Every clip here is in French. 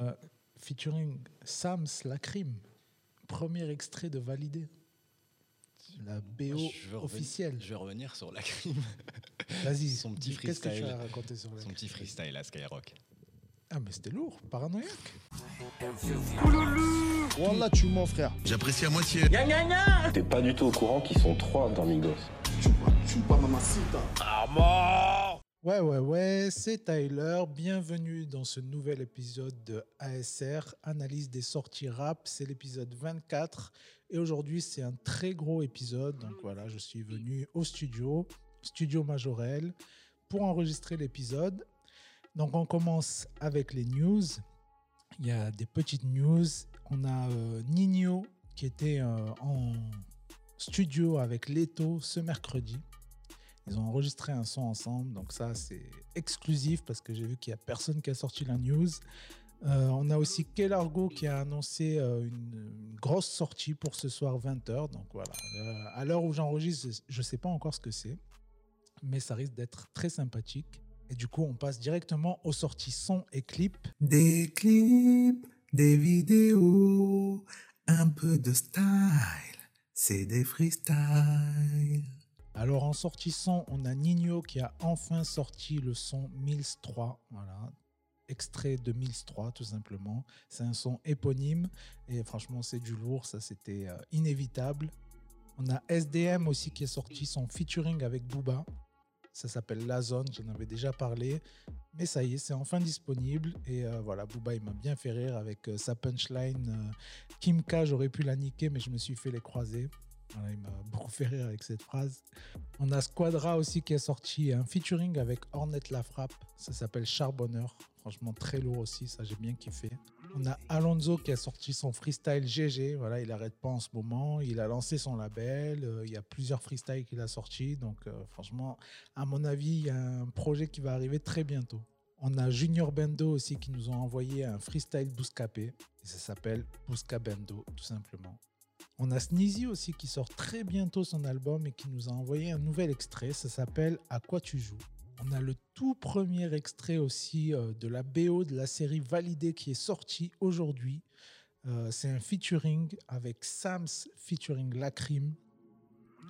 Euh, featuring Sams Lacrim. Premier extrait de Validé. La BO Moi, je veux revenir- officielle. Je vais revenir sur la crime. Vas-y, Son petit dis, Qu'est-ce que tu freestyle. as raconté sur la Son petit freestyle à Skyrock. Ah, mais c'était lourd, paranoïaque. Wallah, tu mens, frère. J'apprécie à moitié. T'es pas du tout au courant qu'ils sont trois dans Migos. Ouais, ouais, ouais, c'est Tyler. Bienvenue dans ce nouvel épisode de ASR, analyse des sorties rap. C'est l'épisode 24 et aujourd'hui, c'est un très gros épisode. Donc voilà, je suis venu au studio, studio Majorel, pour enregistrer l'épisode. Donc on commence avec les news. Il y a des petites news. On a euh, Nino qui était euh, en studio avec Leto ce mercredi. Ils ont enregistré un son ensemble, donc ça c'est exclusif parce que j'ai vu qu'il n'y a personne qui a sorti la news. Euh, on a aussi Kellargo qui a annoncé euh, une, une grosse sortie pour ce soir 20h. Donc voilà, Euh, à l'heure où j'enregistre, je ne sais pas encore ce que c'est, mais ça risque d'être très sympathique. Et du coup, on passe directement aux sorties son et clips. Des clips, des vidéos, un peu de style, c'est des freestyles. Alors en sortie son, on a Nino qui a enfin sorti le son 1003, voilà, extrait de 1003 tout simplement. C'est un son éponyme et franchement c'est du lourd, ça c'était euh, inévitable. On a SDM aussi qui a sorti son featuring avec Booba. Ça s'appelle La Zone, j'en avais déjà parlé. Mais ça y est, c'est enfin disponible. Et euh, voilà, Booba, il m'a bien fait rire avec euh, sa punchline. euh, Kim K, j'aurais pu la niquer, mais je me suis fait les croiser. Voilà, il m'a beaucoup fait rire avec cette phrase. On a Squadra aussi qui a sorti un featuring avec Hornet La Frappe. Ça s'appelle Charbonneur. Franchement, très lourd aussi. Ça, j'ai bien kiffé. On a Alonso qui a sorti son freestyle GG. Voilà, il arrête pas en ce moment. Il a lancé son label. Euh, il y a plusieurs freestyles qu'il a sortis. Donc, euh, franchement, à mon avis, il y a un projet qui va arriver très bientôt. On a Junior Bendo aussi qui nous ont envoyé un freestyle Bouscapé. Et ça s'appelle Bousca Bendo, tout simplement. On a Sneezy aussi qui sort très bientôt son album et qui nous a envoyé un nouvel extrait. Ça s'appelle À quoi tu joues On a le tout premier extrait aussi euh, de la BO de la série Validée qui est sortie aujourd'hui. Euh, C'est un featuring avec Sams featuring Lacrim.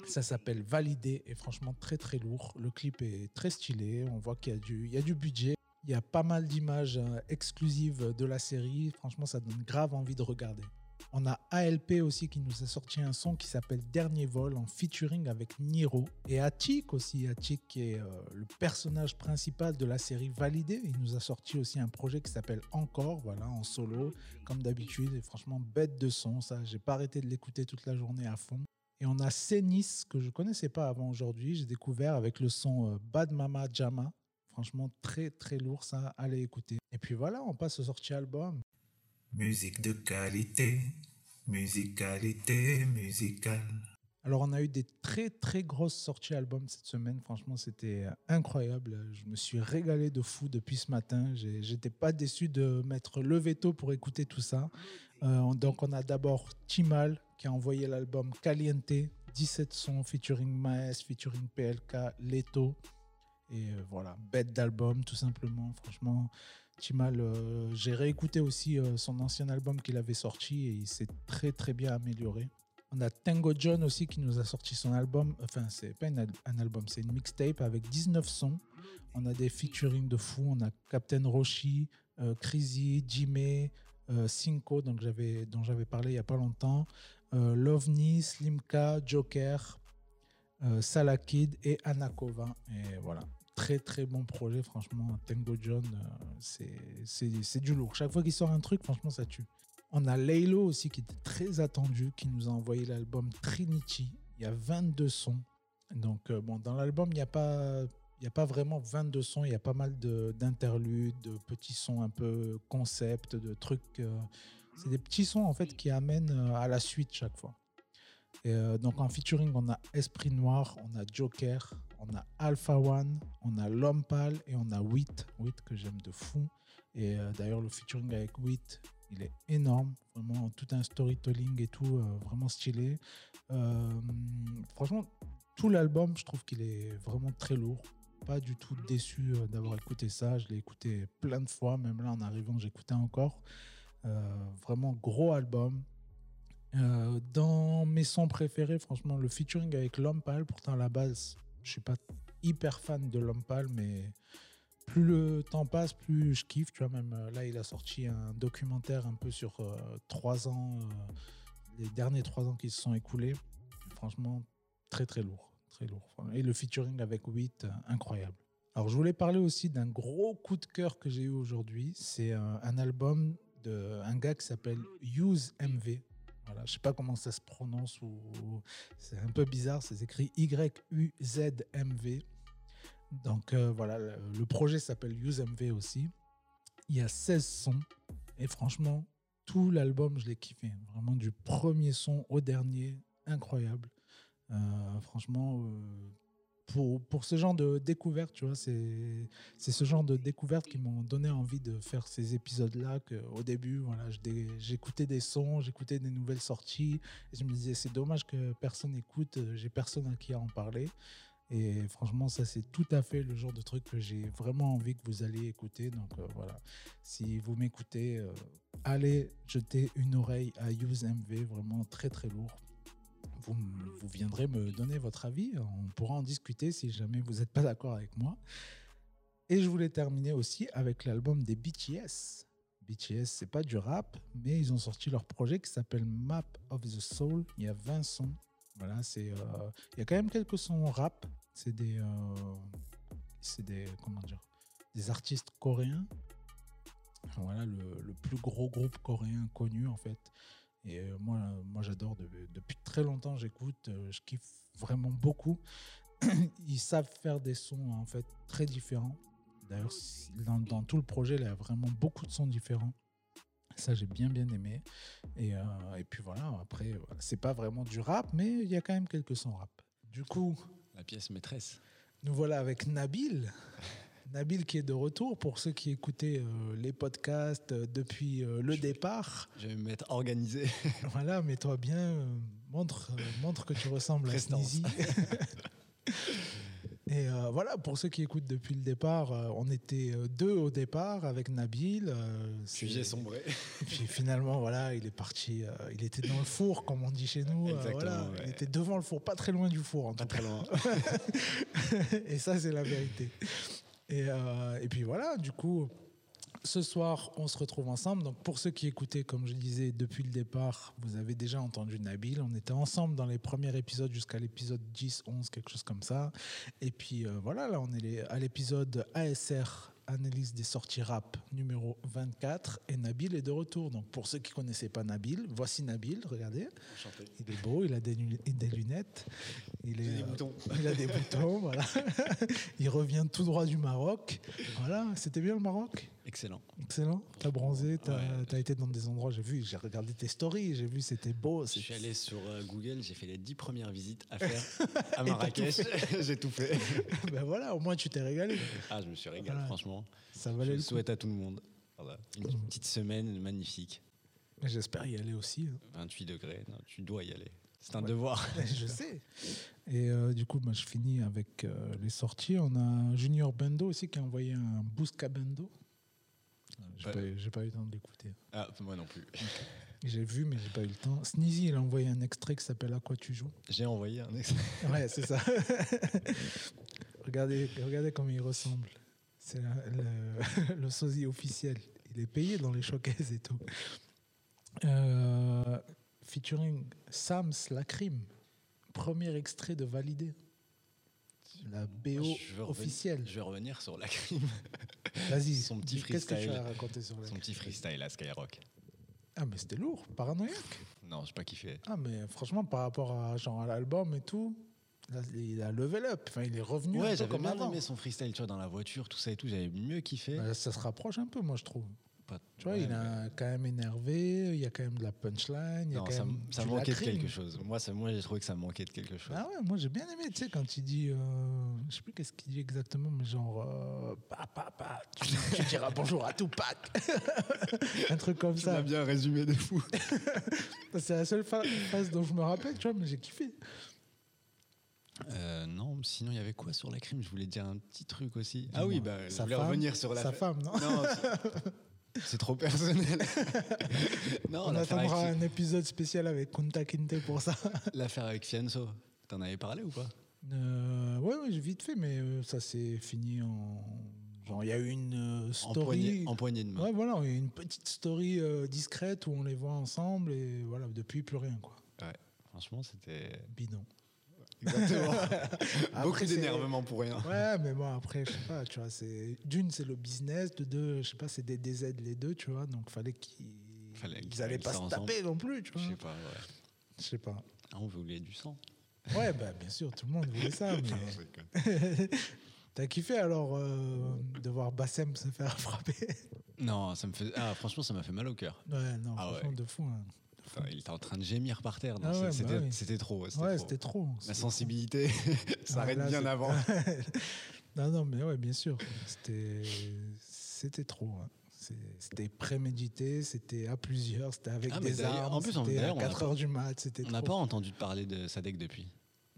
Ça s'appelle Validé et franchement très très lourd. Le clip est très stylé. On voit qu'il y, a du- il y a du budget. Il y a pas mal d'images euh, exclusives de la série. Franchement, ça donne grave envie de regarder. On a ALP aussi qui nous a sorti un son qui s'appelle Dernier Vol en featuring avec Niro. Et Atik aussi, Atik qui est euh, le personnage principal de la série Validé. Il nous a sorti aussi un projet qui s'appelle Encore, voilà, en solo, comme d'habitude. Et franchement, bête de son, ça, j'ai pas arrêté de l'écouter toute la journée à fond. Et on a Senis que je connaissais pas avant aujourd'hui, j'ai découvert avec le son euh, Bad Mama Jama. Franchement, très très lourd ça, allez écouter. Et puis voilà, on passe aux sorties albums. Musique de qualité, musicalité, musicale. Alors, on a eu des très, très grosses sorties albums cette semaine. Franchement, c'était euh, incroyable. Je me suis régalé de fou depuis ce matin. J'ai- J'étais pas déçu de m'être levé tôt pour écouter tout ça. Euh, on- donc, on a d'abord Timal qui a envoyé l'album Caliente, 17 sons, featuring Maes, featuring PLK, Leto. Et euh, voilà, bête d'album, tout simplement. Franchement, Timal, euh, j'ai réécouté aussi euh, son ancien album qu'il avait sorti et il s'est très, très bien amélioré. On a Tango John aussi qui nous a sorti son album. Enfin, c'est pas une al- un album, c'est une mixtape avec 19 sons. On a des featuring de fou. On a Captain Roshi, euh, Crazy, Jimmy, euh, Cinco, donc j'avais, dont j'avais parlé il y a pas longtemps. euh, Lovni, Slimka, Joker, euh, Salakid et Anakova. Et voilà. Très très bon projet, franchement. Tango John, euh, c'est, c'est, c'est du lourd. Chaque fois qu'il sort un truc, franchement, ça tue. On a Laylo aussi qui était très attendu, qui nous a envoyé l'album Trinity. Il y a 22 sons. Donc, euh, bon, dans l'album, il n'y a pas. Il n'y a pas vraiment 22 sons, il y a pas mal de- d'interludes, de, petits sons un peu concept, de trucs. euh, c'est des petits sons en fait qui amènent euh, à la suite chaque fois. Et, euh, donc en featuring, on a Esprit Noir, on a Joker, on a Alpha One, on a L'Homme Pâle et on a Wit. Wit que j'aime de fou. Et euh, d'ailleurs, le featuring avec Wit, il est énorme, vraiment tout un storytelling et tout, euh, vraiment stylé. Euh, franchement, tout l'album, je trouve qu'il est vraiment très lourd. Pas du tout déçu euh, d'avoir écouté ça. Je l'ai écouté plein de fois, même là en arrivant, j'écoutais encore. Euh, vraiment gros album. Euh, dans mes sons préférés, franchement, le featuring avec Lompal, pourtant à la base, je suis pas hyper fan de Lompal, mais plus le temps passe, plus je kiffe. Tu vois, même euh, là, il a sorti un documentaire un peu sur euh, trois ans, euh, les derniers trois ans qui se sont écoulés. Franchement, très très lourd, très lourd. Et le featuring avec Wheat, euh, incroyable. Alors, je voulais parler aussi d'un gros coup de cœur que j'ai eu aujourd'hui. C'est euh, un album de un gars qui s'appelle Use MV. Voilà, je sais pas comment ça se prononce ou ou- c'est un peu bizarre. C'est écrit Y U Z M V. Donc euh, voilà, le le projet s'appelle Use MV aussi. Il y a 16 sons et franchement, tout l'album, je l'ai kiffé. Vraiment du premier son au dernier, incroyable. Euh, franchement, euh, pour, pour ce genre de découverte, tu vois, c'est c'est ce genre de découverte qui m'ont donné envie de faire ces épisodes-là. que, Au début, voilà, je dé- j'écoutais des sons, j'écoutais des nouvelles sorties. Et je me disais, c'est dommage que personne n'écoute, euh, j'ai personne à qui en parler. Et franchement, ça, c'est tout à fait le genre de truc que j'ai vraiment envie que vous alliez écouter. Donc euh, voilà, si vous m'écoutez, euh, allez jeter une oreille à Use MV, vraiment très très lourd. Vous, m- vous viendrez me donner votre avis, on pourra en discuter si jamais vous n'êtes pas d'accord avec moi. Et je voulais terminer aussi avec l'album des BTS. BTS, c'est pas du rap, mais ils ont sorti leur projet qui s'appelle Map of the Soul. Il y a 20 sons. Voilà, c'est, euh, il y a quand même quelques sons rap. C'est des, euh, c'est des, comment dire, des artistes coréens. Voilà, le, le plus gros groupe coréen connu en fait. Et euh, moi, moi j'adore. de- depuis très longtemps, j'écoute. euh, je kiffe vraiment beaucoup. Ils savent faire des sons en fait très différents. D'ailleurs, si- dans, dans tout le projet, il y a vraiment beaucoup de sons différents. Ça, j'ai bien bien aimé. Et, euh, et puis voilà, après, voilà, c'est pas vraiment du rap, mais il y a quand même quelques sons rap. Du coup, La pièce maîtresse. nous voilà avec Nabil. Nabil qui est de retour pour ceux qui écoutaient euh, les podcasts euh, depuis euh, le Je- départ. Je vais me mettre organisé. Voilà, mets-toi bien, euh, montre, euh, montre que tu ressembles à Prestance. Sneezy. Et euh, voilà, pour ceux qui écoutent depuis le départ, euh, on était euh, deux au départ avec Nabil. euh, Sujet c'est- sombré. et puis finalement, voilà, il est parti. euh, il était dans le four, comme on dit chez nous. euh, Exactement, voilà, ouais. Il était devant le four, pas très loin du four en tout Pas très loin. et ça, c'est la vérité. Et, euh, et puis voilà, du coup, ce soir, on se retrouve ensemble. Donc, pour ceux qui écoutaient, comme je disais, depuis le départ, vous avez déjà entendu Nabil. On était ensemble dans les premiers épisodes jusqu'à l'épisode 10, 11, quelque chose comme ça. Et puis euh, voilà, là, on est les- à l'épisode ASR. Analyse des sorties rap numéro 24 et Nabil est de retour. Donc pour ceux qui connaissaient pas Nabil, voici Nabil, regardez, Enchanté. il est beau, il a des, nu- des lunettes, il J'ai est des euh, boutons. il a des boutons, voilà. Il revient tout droit du Maroc. Voilà, c'était bien le Maroc. Excellent. Excellent. T'as bronzé, t'as Ouais. t'as été dans des endroits, j'ai vu, j'ai regardé tes stories, j'ai vu, c'était beau. Je c'est- suis allé sur euh, Google, j'ai fait les dix premières visites à faire à tout Marrakech. j'ai tout fait. Ben voilà, au moins tu t'es régalé. Ah, je me suis régalé, Voilà. franchement. Ça Je valait le le coup. Mmh. souhaite à tout le monde. Voilà. Une petite semaine magnifique. J'espère y aller aussi. hein. 28 degrés. Non, tu dois y aller. C'est un Ouais. devoir. Je sais. Et euh, du coup, moi, je finis avec euh, les sorties. On a Junior Bendo aussi qui a envoyé un Bousca Bendo. J'ai Pas- pas, eu- j'ai pas eu le temps de l'écouter. Ah, moi non plus. J'ai vu, mais j'ai pas eu le temps. Sneezy, il a envoyé un extrait qui s'appelle À quoi tu joues J'ai envoyé un extrait. Ouais, c'est ça. regardez, regardez comme il ressemble. C'est la- le, le sosie officiel. Il est payé dans les showcases et tout. Euh, featuring Sams Lacrim. Premier extrait de Validé. La BO Moi, je veux revenir- officielle. Je vais revenir sur la crime. Vas-y, son petit dis, Qu'est-ce que tu freestyle. as raconté sur la Son petit freestyle à Skyrock. Ah, mais c'était lourd, paranoïaque. Non, j'ai pas kiffé. Ah, mais franchement, par rapport à, genre, à l'album et tout, là, il a level up. Enfin, il est revenu un Ouais, peu j'avais comme bien avant. aimé son freestyle, tu vois, dans la voiture, tout ça et tout. J'avais mieux kiffé. Bah, ça se rapproche un peu, moi, je trouve. Pas- Tu vois, ouais, il mais- a quand même énervé, il y a quand même de la punchline, il y a Non, quand ça, même m- ça du manquait de lacrime. quelque chose. Moi, ça- moi j'ai trouvé que ça manquait de quelque chose. Ah ouais, moi j'ai bien aimé, tu sais, quand il dit, euh, je sais plus qu'est-ce qu'il dit exactement, mais genre, euh, pa, pa, pa, tu, tu diras bonjour à Tupac. Un truc comme ça. bien résumé de fou. C'est la seule fa- phrase dont je me rappelle, tu vois, mais j'ai kiffé. Euh, non, sinon, il y avait quoi sur la crime Je voulais dire un petit truc aussi. Ah Dis-moi. oui, bah, je Sa voulais femme- revenir sur la Sa fa- femme, non Non, c'est- C'est trop personnel. non, On l'affaire avec- attendra un épisode spécial avec Kunta Kinte pour ça. l'affaire avec Fianso. T'en avais parlé ou pas Euh, ouais, ouais, j'ai vite fait, mais euh, ça s'est fini en. Genre, il y a eu une euh, en poignée, story. en poignée de main. Ouais, voilà, il y a eu une petite story euh, discrète où on les voit ensemble et voilà, depuis plus rien, quoi. Franchement, c'était. Bidon. Exactement. Beaucoup Après, c'est- d'énervement pour rien. Ouais, mais bon, après, je sais pas, tu vois, c'est. D'une, c'est le business, de deux, je sais pas, c'est des DZ les deux, tu vois, donc fallait qu'ils. Fallait qu'ils Ils allaient règlent pas ça se ensemble. taper non plus, tu Je vois. sais pas, ouais. Je sais pas. Ah, on voulait du sang. Ouais, bah, bien sûr, tout le monde voulait ça, mais. T'as kiffé alors euh, de voir Bassem se faire frapper Non, ça me fait. Ah, franchement, ça m'a fait mal au cœur. Ouais, non, Ah franchement, ouais. de fou. hein. Putain, il était en train de gémir par terre. non, Ah ouais, c'est- bah c'était oui. c'était trop. c'était Ouais, trop. c'était trop. La c'était trop. sensibilité s'arrête Ouais, là, bien c'est- avant. non, non, mais ouais, bien sûr. C'était, c'était trop. hein. C'est- C'était prémédité, c'était à plusieurs, c'était avec Ah, mais des d'ailleurs- armes. en plus, on- c'était à d'ailleurs, on a 4 pas- heures du mat, c'était On n'a pas trop. entendu parler de Sadek depuis.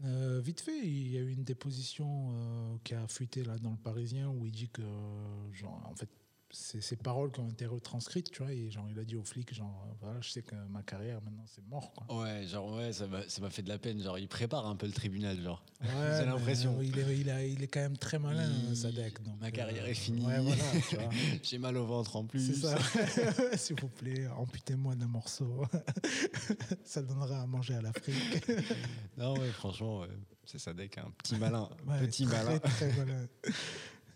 Euh, vite fait, il y a eu une déposition euh, qui a fuité là dans le Parisien où il dit que, euh, genre, en fait, c'est ses paroles qui ont été retranscrites, tu vois, et genre, il a dit aux flics, genre, euh, voilà, je sais que ma carrière maintenant c'est mort, quoi. Ouais, genre, ouais, ça m'a ça m'a fait de la peine. Genre, il prépare un peu le tribunal, genre. Ouais, J'ai l'impression. mais, euh, Il est, il, a- il est quand même très malin, hein, Il- Sadek. Donc, euh, ma carrière est finie. Ouais, voilà, tu vois. J'ai mal au ventre en plus. C'est ça. S'il vous plaît, amputez-moi d'un morceau. ça donnera à manger à l'Afrique. Non, ouais, franchement, ouais, c'est Sadek, un petit malin. Ouais, petit très, malin. très malin.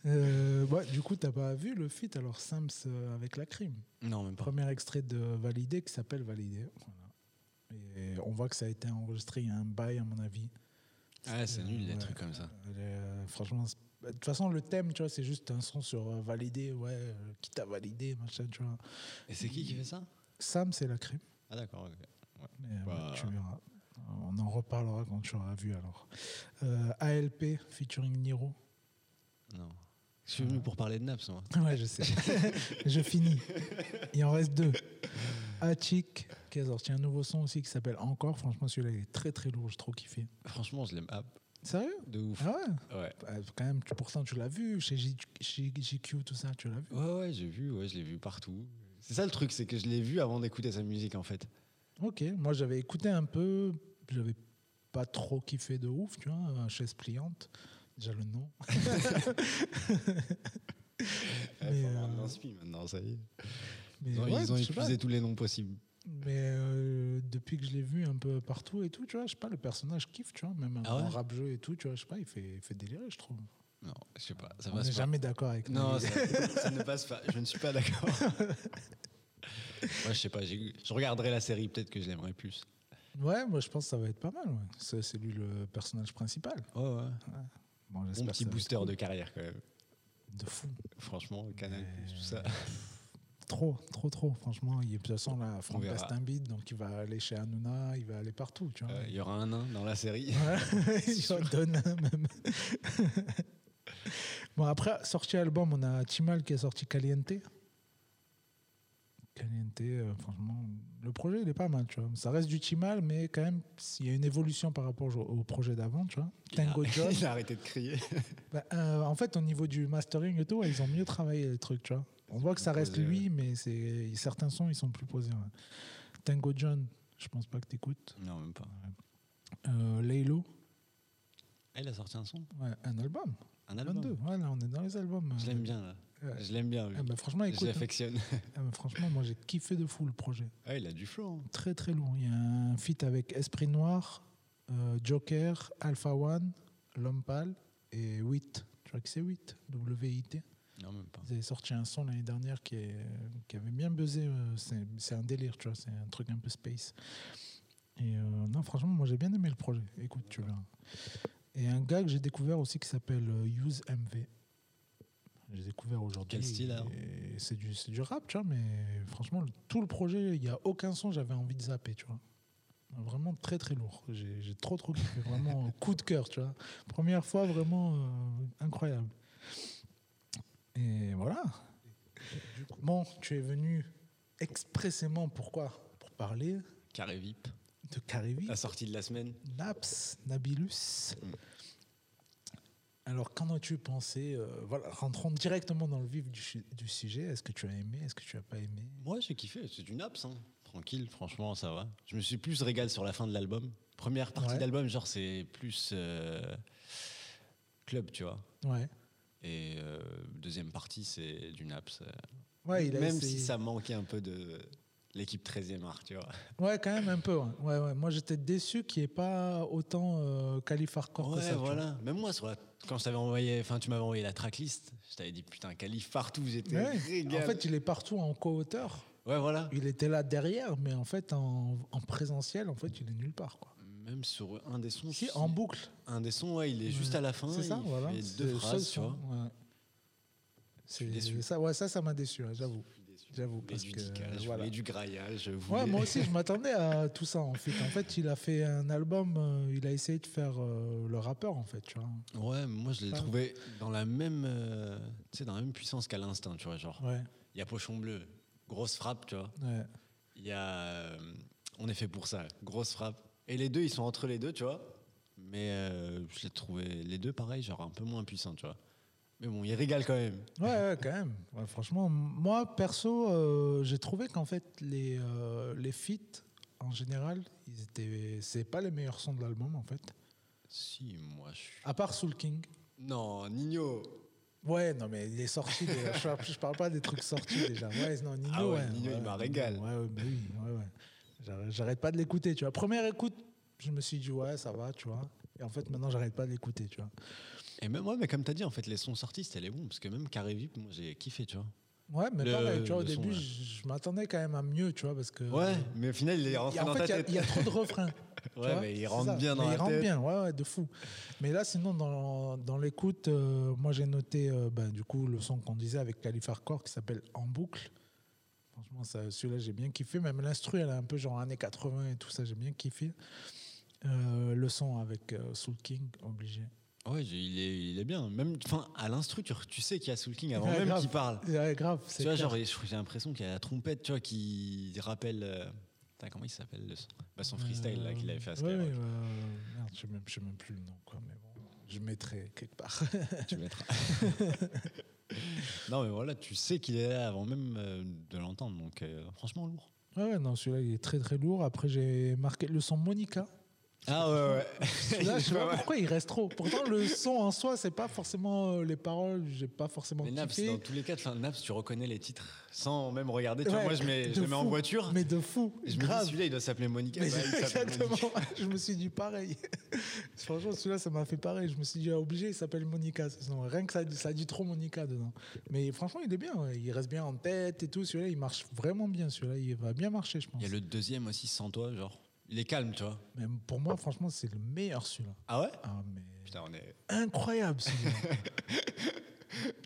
Euh, ouais, du coup, t'as pas vu le feat alors Sams euh, avec la crime. Non, même pas. Premier extrait de Validé qui s'appelle Validé. Voilà. Et on voit que ça a été enregistré il y a un bail, à mon avis. Ah, c'est nul, des Ouais. trucs comme ça. Euh, franchement, c'est- de toute façon, le thème, tu vois, c'est juste un son sur euh, Validé, ouais, euh, qui t'a validé, machin, tu vois. Et c'est qui qui fait ça Sam, c'est la crime. Ah, d'accord. ok. Mais, euh, Bah. Tu verras. On en reparlera quand tu auras vu alors. Euh, ALP featuring Niro. Non. Je suis venu pour parler de Naps, moi. Ouais, je sais. je finis. Il en reste deux. Hachik, qui a sorti un nouveau son aussi qui s'appelle Encore. Franchement, celui-là il est très très lourd. J'ai trop kiffé. Franchement, je l'aime. Ah, Sérieux de ouf. Ah ouais Ouais. Bah, Quand même, tu- pourtant, tu l'as vu chez, J- chez GQ, tout ça, tu l'as vu. Ouais, ouais, j'ai vu, ouais, je l'ai vu partout. C'est ça le truc, c'est que je l'ai vu avant d'écouter sa musique, en fait. Ok, moi j'avais écouté un peu. J'avais pas trop kiffé de ouf, tu vois. euh, Chaise pliante. Déjà le nom. Eh, Mais, faut avoir de euh, l'inspi maintenant, ça y est. Mais Non, ouais, ils ont je sais pas. épuisé tous les noms possibles. Mais euh, depuis que je l'ai vu un peu partout et tout, tu vois, je sais pas, le personnage kiffe, tu vois, même en Ah ouais rap jeu et tout, tu vois, je sais pas, il fait, il fait délirer, je trouve. Non, je sais pas, ça On passe n'est pas. jamais d'accord avec Non, lui. ça, ça ne passe pas. Je ne suis pas d'accord. Moi, je sais pas. j'ai- Je regarderai la série, peut-être que je l'aimerais plus. Ouais, moi je pense que ça va être pas mal, ouais. Ça, C'est lui le personnage principal. Ouais, ouais. Bon, Bon j'espère que petit ça va être booster de carrière, quand même. De fou. Franchement, Canal, Mais- tout ça. Trop, trop, trop, franchement. Il, de toute façon, là, Franck verra. Gastambide, donc il va aller chez Hanouna, il va aller partout, tu vois. Euh, Il y aura un nain dans la série. Ouais, il en donne un, même. bon, après, sorti album, on a Timal qui a sorti Caliente. Caliente, euh, franchement, le projet, il est pas mal, tu vois. Ça reste du Timal, mais quand même, il y a une évolution par rapport au, au projet d'avant, tu vois. Tango il, a, John. Ah, il a arrêté de crier. Bah, euh, en fait, au niveau du mastering et tout, ouais, ils ont mieux travaillé les trucs, tu vois. On voit que ça reste posé, lui, mais c'est certains sons, ils sont plus posés. ouais. Tango John, je pense pas que t'écoutes. Non, même pas. Euh, Laylo, Ah, il a sorti un son ouais, un album. Un album 22. Ouais, là, on est dans les albums. Je l'aime bien, là. Ouais. Je l'aime bien, lui. Ah bah, franchement, je écoute, hein. l'affectionne. Ah bah, franchement, moi j'ai kiffé de fou le projet. Ah, il a du flow. hein. Très très lourd. Il y a un feat avec Esprit Noir, euh, Joker, Alpha One, L'Homme Pâle et 8. Tu vois que c'est 8, W-I-T. Non, même pas. Ils avaient sorti un son l'année dernière qui, est, qui avait bien buzzé. euh, C'est c'est un délire, tu vois, c'est un truc un peu space. Et euh, non, franchement, moi j'ai bien aimé le projet. Écoute, tu verras. Et un gars que j'ai découvert aussi qui s'appelle euh, Use MV. J'ai découvert aujourd'hui. Quel style, alors Et C'est du, c'est du rap, tu vois, mais franchement, le- tout le projet, il n'y a aucun son, j'avais envie de zapper, tu vois. Vraiment très très lourd. J'ai j'ai trop trop kiffé. Vraiment coup de cœur, tu vois. Première fois, vraiment euh, incroyable. Et voilà. Bon, tu es venu expressément pourquoi Pour parler Carré VIP. de Carivi, La sortie de la semaine. Naps, Nabilus. Mm. Alors, qu'en as-tu pensé euh, voilà, Rentrons directement dans le vif du, su- du sujet. Est-ce que tu as aimé Est-ce que tu n'as pas aimé Moi, j'ai kiffé. C'est une abs, hein. tranquille, franchement, ça va. Je me suis plus régalé sur la fin de l'album. Première partie Ouais. de l'album, genre, c'est plus euh, club, tu vois. Ouais. Et euh, deuxième partie, c'est d'une abs. euh. Ouais, il a Même essayé. si ça manquait un peu de l'équipe 13e art, tu vois. Ouais, quand même un peu. Ouais, ouais. ouais. Moi, j'étais déçu qu'il n'y ait pas autant euh, Calif Hardcore que ouais, ça. tu vois. voilà. Même moi, sur la- quand je t'avais envoyé, enfin, tu m'avais envoyé la tracklist, je t'avais dit putain, Calif partout, j'étais Ouais. régalé. En fait, il est partout en co-auteur. ouais, voilà. Il était là derrière, mais en fait, en, en présentiel, en fait, il est nulle part. Quoi. Même sur un des sons, Si, si- en boucle. un des sons, ouais, il est juste Ouais. à la fin. C'est ça, il voilà. fait C'est deux le seul phrases, tu son, vois. ouais. suis déçu. C'est ça, ouais, ça, ça m'a déçu, hein, j'avoue. J'avoue, Mais parce du que dicage, je voilà. voulais du graillage. je Ouais, voulais- moi aussi, je m'attendais à tout ça en fait. En fait, il a fait un album, euh, il a essayé de faire euh, le rappeur en fait, tu vois. Ouais, moi je l'ai Ah. trouvé dans la même, euh, tu sais, dans la même puissance qu'à l'instinct, tu vois, genre. Il Ouais, y a Pochon Bleu, grosse frappe, tu vois. ouais. Il y a, euh, on est fait pour ça, grosse frappe. Et les deux, ils sont entre les deux, tu vois. Mais euh, je l'ai trouvé les deux pareils, genre un peu moins puissants, tu vois. Mais bon, ils régalent quand même. Ouais, ouais, quand même. Ouais, franchement, moi, perso, euh, j'ai trouvé qu'en fait, les, euh, les feats, en général, ils étaient... c'est pas les meilleurs sons de l'album, en fait. Si, moi je suis. À part Soul King. Non, Nino. Ouais, non, mais il est sorti. des- je, parle, je parle pas des trucs sortis déjà. Ouais, non, Nino, Ah ouais, ouais, Nino, il ouais, m'a régalé. Ouais, ouais, bah oui, ouais, ouais. J'arrête- J'arrête pas de l'écouter, tu vois. Première écoute, je me suis dit, ouais, ça va, tu vois. Et en fait, maintenant, j'arrête pas de l'écouter, tu vois. Et même, ouais, mais comme t'as dit, en fait, les sons sortis, c'était les bons. Parce que même Carré Vip, moi j'ai kiffé, tu vois. Ouais, mais Le- pareil, tu vois, au le son, début, ouais. je je m'attendais quand même à mieux, tu vois, parce que. Ouais, mais au final, il est Et en rentré dans fait, il y ta a- tête. il y, a trop de refrains. tu Ouais, vois, mais c'est il ça. rentre bien dans Mais la il rentre tête. bien, ouais, ouais, de fou. Mais là, sinon, dans, dans l'écoute, euh, moi, j'ai noté, euh, ben, du coup, le son qu'on disait avec Calif Hardcore qui s'appelle En boucle. Franchement, ça, celui-là, j'ai bien kiffé. Même l'instru, elle est un peu genre années 80 et tout ça, j'ai bien kiffé. Euh, le son avec euh, Soul King, obligé. Ouais, j'ai- il est, il est bien. Même, enfin, à l'instru, tu, tu sais qu'il y a Soul King avant Ouais, même grave. qu'il parle. Ouais, grave, Tu c'est vois, clair. genre, j'ai j'ai l'impression qu'il y a la trompette, tu vois, qui rappelle. euh, putain, comment il s'appelle le son Bah, son freestyle là qu'il avait fait à Euh, Ouais, Skyrock. ouais, euh, merde, je sais même, je sais même plus le nom, quoi, mais bon, je mettrai quelque part. Tu mettras. non, mais voilà, tu sais qu'il est là avant même euh, de l'entendre. Donc, euh, franchement, lourd. Ouais, ouais, non, celui-là, il est très très lourd. Après, j'ai marqué le son Monica. Ah ouais, ouais. Celui-là, je sais Pas pas mal. pourquoi il reste trop. Pourtant, le son en soi, c'est pas forcément euh, les paroles, j'ai pas forcément Mais Naps, kiffé, dans tous les cas, enfin, Naps, tu reconnais les titres sans même regarder. Tu vois, Ouais, moi, je, mets, de je le mets en fou. voiture. Mais de fou, et je me dis, grave. celui-là, il doit s'appeler Monica. Mais Bah, il s'appelle exactement, Monica. je me suis dit pareil. Franchement, celui-là, ça m'a fait pareil. Je me suis dit, ah, obligé, il s'appelle Monica. ce son. Rien que ça, ça dit trop Monica dedans. Mais franchement, il est bien. ouais. Il reste bien en tête et tout. Celui-là, il marche vraiment bien. Celui-là, il va bien marcher, je pense. Il y a le deuxième aussi, sans toi, genre. Il est calme, tu vois. Mais pour moi, franchement, c'est le meilleur, celui-là. Ah ouais Ah, mais Putain, on est, incroyable, celui-là.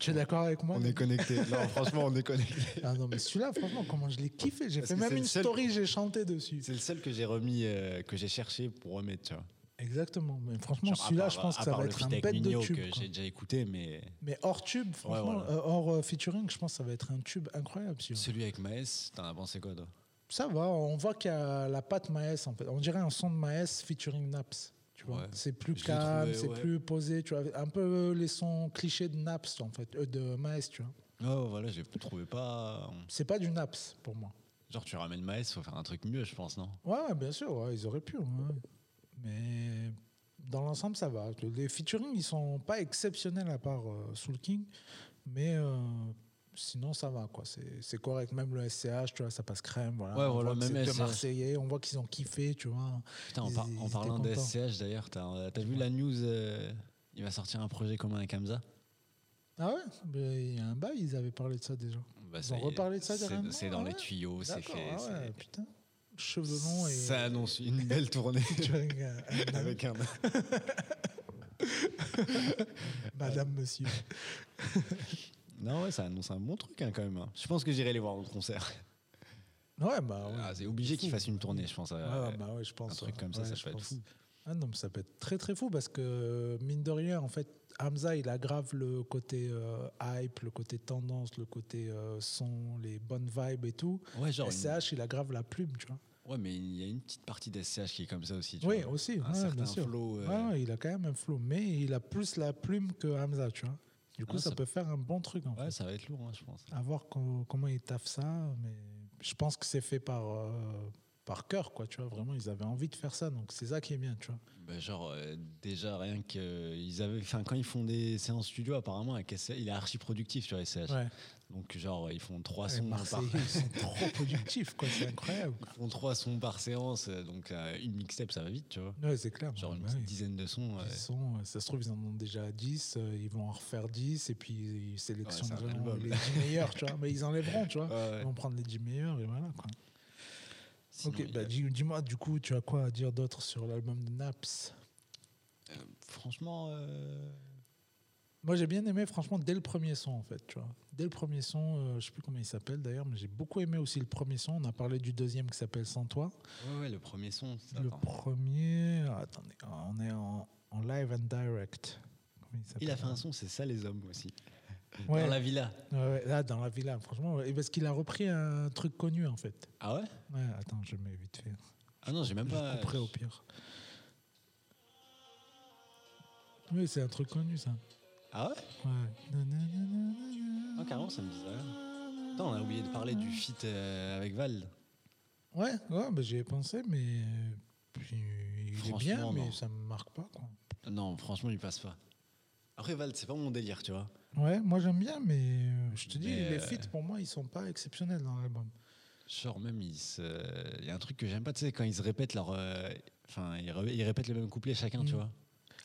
tu es d'accord avec moi on est connectés. Non, franchement, on est connectés. Ah non, mais celui-là, franchement, comment je l'ai kiffé. J'ai Parce fait que même c'est une le seul- story, j'ai chanté dessus. C'est le seul que j'ai remis, euh, que j'ai cherché pour remettre, tu vois. Exactement. Mais franchement, Genre, à celui-là, part- je pense à que ça part va le être feat un avec bête de Nino tube. que quoi. j'ai déjà écouté, mais Mais hors tube, franchement, voilà. euh, hors euh, featuring, je pense que ça va être un tube incroyable. celui-là. celui avec Maes, t'en as pensé quoi, toi Ça va, on voit qu'il y a la patte Maes, en fait. On dirait un son de Maes featuring Naps. Tu vois, Ouais. c'est plus Je l'ai calme, trouvé, c'est ouais. plus posé. Tu vois, un peu euh, les sons clichés de Naps, en fait, euh, de Maes, tu vois. Oh, voilà, j'ai trouvé pas. euh, C'est pas du Naps pour moi. Genre, tu ramènes Maes, faut faire un truc mieux, je pense, non Ouais, ouais, bien sûr, ouais, ils auraient pu. ouais. Mais dans l'ensemble, ça va. Les featuring, ils sont pas exceptionnels à part euh, Soul King, mais euh, sinon, ça va. quoi. C'est c'est correct. Même le SCH, tu vois, ça passe crème. Voilà. Ouais, On voilà, voit que c'est même deux SCH. Marseillais, on voit qu'ils ont kiffé, tu vois. Putain, en, Ils- par- ils en étaient parlant de contents. SCH d'ailleurs, t'as as vu la news euh, Il va sortir un projet commun avec Hamza Ah ouais Mais Il y a un bail, ils avaient parlé de ça déjà. Bah, Ils ça ont y est, reparlé de ça c'est- dernièrement C'est dans Ah les ouais tuyaux, c'est D'accord, fait. ah c'est- ouais, putain. Cheveux longs et. Ça annonce une belle tournée featuring, euh, un homme, avec un. Madame, monsieur. Non, ouais, ça annonce un bon truc hein, quand même. hein. Je pense que j'irai les voir en concert. Ouais, bah ouais. Ah, c'est obligé qu'ils fassent une tournée, je pense. euh, Ouais, ouais, bah ouais, je pense. truc ouais. comme ça, Ouais, ça je peut être pense. fou. Ah non, mais ça peut être très très fou parce que, mine de rien, en fait, Hamza, il aggrave le côté euh, hype, le côté tendance, le côté euh, son, les bonnes vibes et tout. ouais, genre. une- SCH, il aggrave la plume, tu vois. Ouais, mais il y a une petite partie d'SCH qui est comme ça aussi. Tu oui, vois. aussi. Un ouais, certain bien sûr. flow. euh, Ouais, ouais, il a quand même un flow, mais il a plus la plume que Hamza, tu vois. Du coup, Ah, ça, ça- peut faire un bon truc, en ouais, fait. ça va être lourd, hein, je pense. À voir co- comment ils taffent ça, mais je pense que c'est fait par, euh, par cœur, quoi, tu vois. Vraiment, ils avaient envie de faire ça, donc c'est ça qui est bien, tu vois. Bah, genre, euh, déjà, rien que. euh, Ils avaient, enfin, quand ils font des séances studio, apparemment, avec SCH, il est archi productif, tu vois, SCH. Ouais. Donc, genre, ils font trois Les sons par Marseillais, ils sont trop productifs, quoi. C'est incroyable. ils font trois sons par séance, euh, donc euh, une mixtape, ça va vite, tu vois. Ouais, c'est clair. Genre Ouais, une bah petite oui. dizaine de sons. ouais. Ils sont, euh, ça se trouve, ils en ont déjà 10, euh, ils vont en refaire 10, et puis ils c'est un sélectionneront album. les 10 meilleurs, tu vois. Mais ils enlèveront, tu vois. Ouais, ouais. Ils vont prendre les 10 meilleurs, et voilà, quoi. Sinon, ok, il y bah, a- dis- dis-moi, du coup, tu as quoi à dire d'autre sur l'album de Naps franchement, euh, Moi, j'ai bien aimé, franchement, dès le premier son, en fait, tu vois. Dès le premier son, euh, je sais plus comment il s'appelle d'ailleurs, mais j'ai beaucoup aimé aussi le premier son. On a parlé du deuxième qui s'appelle Sans toi. ouais, ouais, le premier son. ça, Le attends. premier. Attendez, on est en, en live and direct. Comment Il a s'appelle, fait un son, c'est ça les hommes aussi. Ouais, Dans la villa. ouais, ouais, là, dans la villa, franchement. ouais. Et parce qu'il a repris un truc connu, en fait. Ah ouais Ouais, attends, je mets vite fait. Ah non, j'ai même Je pas. couperai au pire. Oui, c'est un truc connu, ça. Ah ouais Ouais. Ah, carrément, ça me disait rien. Attends, on a oublié de parler du Ah. feat euh, avec Val. Ouais, ouais bah, j'y ai pensé, mais. Puis, il est bien, Franchement, mais non. ça me marque pas, quoi. Non, franchement, il passe pas. Après, Val, c'est pas mon délire, tu vois. Ouais, moi j'aime bien, mais euh, je te dis, Mais, les euh, feats pour moi ils sont pas exceptionnels dans l'album. Genre, même, il, se- il y a un truc que j'aime pas, tu sais, quand ils se répètent leur. euh, Enfin, ils, re- ils répètent les mêmes couplets chacun, tu Mm. vois.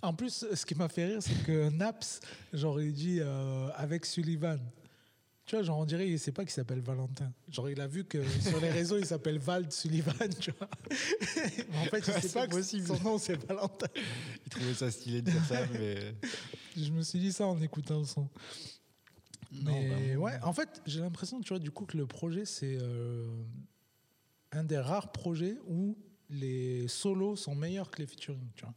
En plus, ce qui m'a fait rire, c'est que Naps, genre il dit euh, avec Sullivan. Tu vois, genre on dirait, il sait pas qu'il s'appelle Valentin. Genre il a vu que sur les réseaux il s'appelle Vald Sullivan, tu vois. Mais en fait, il Ouais, sait c'est pas possible. que son nom c'est Valentin. Ils trouvaient ça stylé de dire ça, mais. Je me suis dit ça en écoutant le son. Non, bah, Mais vraiment. ouais, en fait, j'ai l'impression, tu vois, du coup, que le projet, c'est euh, un des rares projets où les solos sont meilleurs que les featuring, tu vois.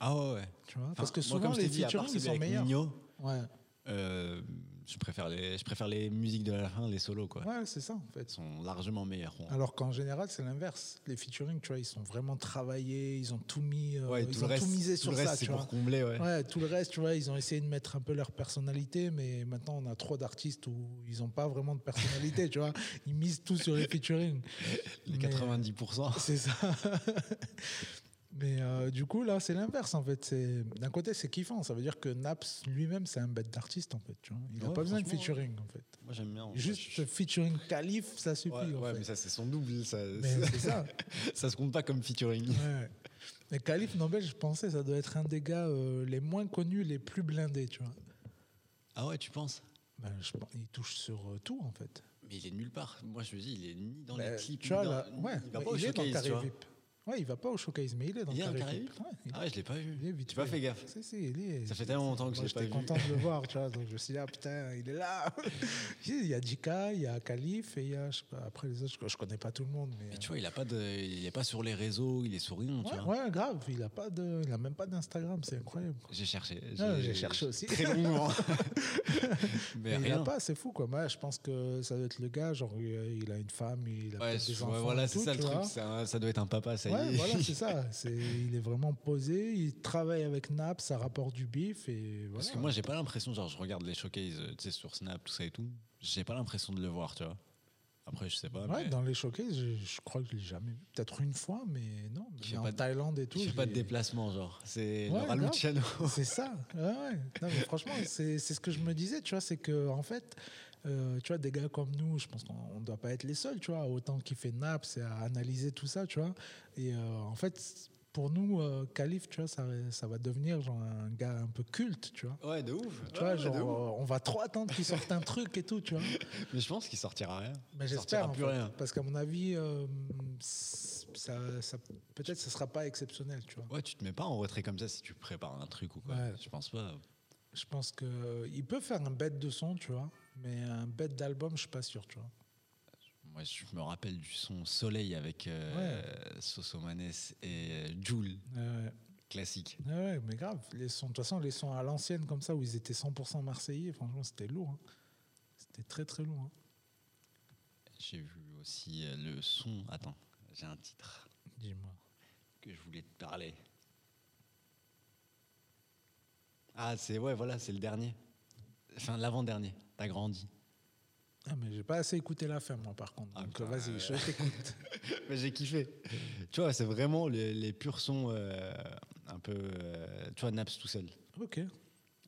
Ah ouais, ouais. Tu vois Enfin, Parce que moi, souvent, comme je t'ai les dit, à part featuring, ils celui sont avec meilleurs. Nino, Ouais, euh, je, préfère les, je préfère les musiques de la fin, les solos, quoi. ouais c'est ça, en Elles fait. sont largement meilleures. bon. Alors qu'en général, c'est l'inverse. Les featuring, tu vois, ils sont vraiment travaillés, ils ont tout mis, euh, Ouais, ils ont tout misé sur tout le ça, reste, tu c'est vois. pour combler, ouais. Ouais, tout le reste, tu vois, ils ont essayé de mettre un peu leur personnalité, mais maintenant on a trop d'artistes où ils n'ont pas vraiment de personnalité, tu vois. Ils misent tout sur les featuring. Les Mais- 90%. C'est ça. Mais euh, du coup, là, c'est l'inverse, en fait. C'est- D'un côté, c'est kiffant. Ça veut dire que Naps lui-même, c'est un bête d'artiste, en fait. tu vois. Il n'a Ouais, pas besoin de franchement, featuring, en fait. Moi, j'aime bien. Juste featuring Calif, ça suffit. Ouais, en ouais, fait. mais ça, c'est son double. Ça, Mais c'est ça. ça se compte pas comme featuring. Ouais. Mais Calif Nobel, je pensais, ça doit être un des gars euh, les moins connus, les plus blindés, tu vois. Ah ouais, tu penses Ben, je pense- il touche sur euh, tout, en fait. Mais il est nulle part. Moi, je me dis, il est ni dans Ben, les clips, tu ni vois, dans- là, ouais, il va ouais, pas au il est dans showcase, tu Carré vois. VIP. Ouais, il va pas au showcase, mais il est dans Il est dans Carré Carré VIP. VIP Ouais, il est- Ah ouais, je l'ai pas il est vu. vite J'ai pas fait. fait gaffe. Si, si, il est- Ça fait tellement longtemps que je Moi, l'ai pas j'étais vu. content de le voir, tu vois. Donc, je me suis dit, ah putain, il est là. il y a Dika, il y a Khalif, et il y a, je sais pas, après les autres, je, je connais pas tout le monde. Mais, euh, Mais tu vois, il a pas de, il est pas sur les réseaux, il est sur rien, tu ouais, vois. ouais, grave, il a, pas de, il a même pas d'Instagram, c'est incroyable. quoi. J'ai cherché. Ah, j'ai cherché aussi. Très longuement. Mais mais il rien. a pas, c'est fou quoi. Moi, je pense que ça doit être le gars, genre il il a une femme, il a Ouais, peut-être c'est- des ouais, enfants. voilà, et c'est tout, ça le tu truc. vois. Ça, ça doit être un papa, ça Ouais, y est. voilà, c'est ça. C'est- il est vraiment posé, il travaille avec Nap, ça rapporte du bif et voilà. Parce que moi, j'ai pas l'impression, genre, je regarde les showcases, euh, tu sais, sur Snap, tout ça et tout. J'ai pas l'impression de le voir, tu vois. Après, je sais pas. Ouais, mais dans les showcases, je, je crois que je l'ai jamais vu. Peut-être une fois, mais non. Il fait Mais en pas de- Thaïlande et tout. il fait je pas de l'ai- déplacement, genre. Ouais, C'est Laura grave. Luciano. C'est ça. Ouais, ouais. Non, mais franchement, c'est c'est ce que je me disais, tu vois, c'est que en fait, euh, tu vois, des gars comme nous, je pense qu'on ne doit pas être les seuls, tu vois, autant qui fait Naps et à analyser tout ça, tu vois. Et euh, en fait, pour nous, euh, Khalif, tu vois, ça, ça va devenir genre un gars un peu culte, tu vois. Ouais, de ouf. Tu vois, genre, euh, on va trop attendre qu'il sorte un truc et tout, tu vois. Mais je pense qu'il sortira rien. Mais Il j'espère, sortira en plus fait, rien. parce qu'à mon avis, euh, ça, ça- peut-être ça sera pas exceptionnel, tu vois. Ouais, tu te mets pas en retrait comme ça si tu prépares un truc ou quoi. Ouais. Je pense pas. Je pense que euh, il peut faire un bête de son, tu vois, mais un bête d'album, je suis pas sûr, tu vois. Moi, je me rappelle du son Soleil avec euh, Sosomanes et euh, Joule, Ouais, classique. ouais, ouais, mais grave, les sons, de toute façon, les sons à l'ancienne comme ça où ils étaient 100% marseillais, franchement, c'était lourd. hein. C'était très très lourd. hein. J'ai vu aussi euh, le son. Attends, j'ai un titre Dis-moi. que je voulais te parler. Ah, c'est ouais, voilà, c'est le dernier. Enfin, l'avant-dernier. T'as grandi. Ah, mais j'ai pas assez écouté la fin, moi, par contre. Ah, Donc, putain, vas-y, ouais. je t'écoute. Mais j'ai kiffé. Tu vois, c'est vraiment les, les purs sons euh, un peu. euh, tu vois, Naps tout seul. ok.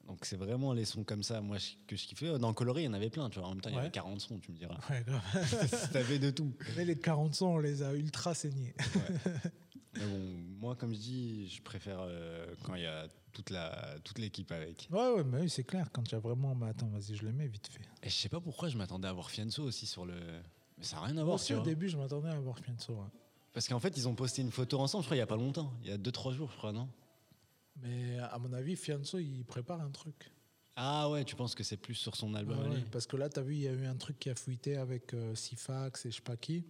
Donc c'est vraiment les sons comme ça, moi, je- que je kiffais. Dans Coloré, il y en avait plein, tu vois. En même temps, il y Ouais. avait 40 sons, tu me diras. Ouais, grave. T'avais de tout. Mais les 40 sons, on les a ultra saignés. Mais bon, moi, comme je dis, je préfère euh, quand il y a toute la toute l'équipe avec. Ouais, ouais, mais oui, c'est clair. Quand tu as vraiment. Bah, attends, vas-y, je les mets vite fait. Et je sais pas pourquoi je m'attendais à voir Fianso aussi sur le. Mais ça n'a rien à voir, Aussi, tu au vois. début, je m'attendais à voir hein. Pianso. ouais. Parce qu'en fait, ils ont posté une photo ensemble, je crois, il y a pas longtemps. Il y a 2-3 jours, je crois, non Mais à mon avis, Fianso, il prépare un truc. Ah ouais, tu penses que c'est plus sur son album Ouais, à lui ouais, parce que là, tu as vu, il y a eu un truc qui a fuité avec euh, Sifax et je sais pas qui.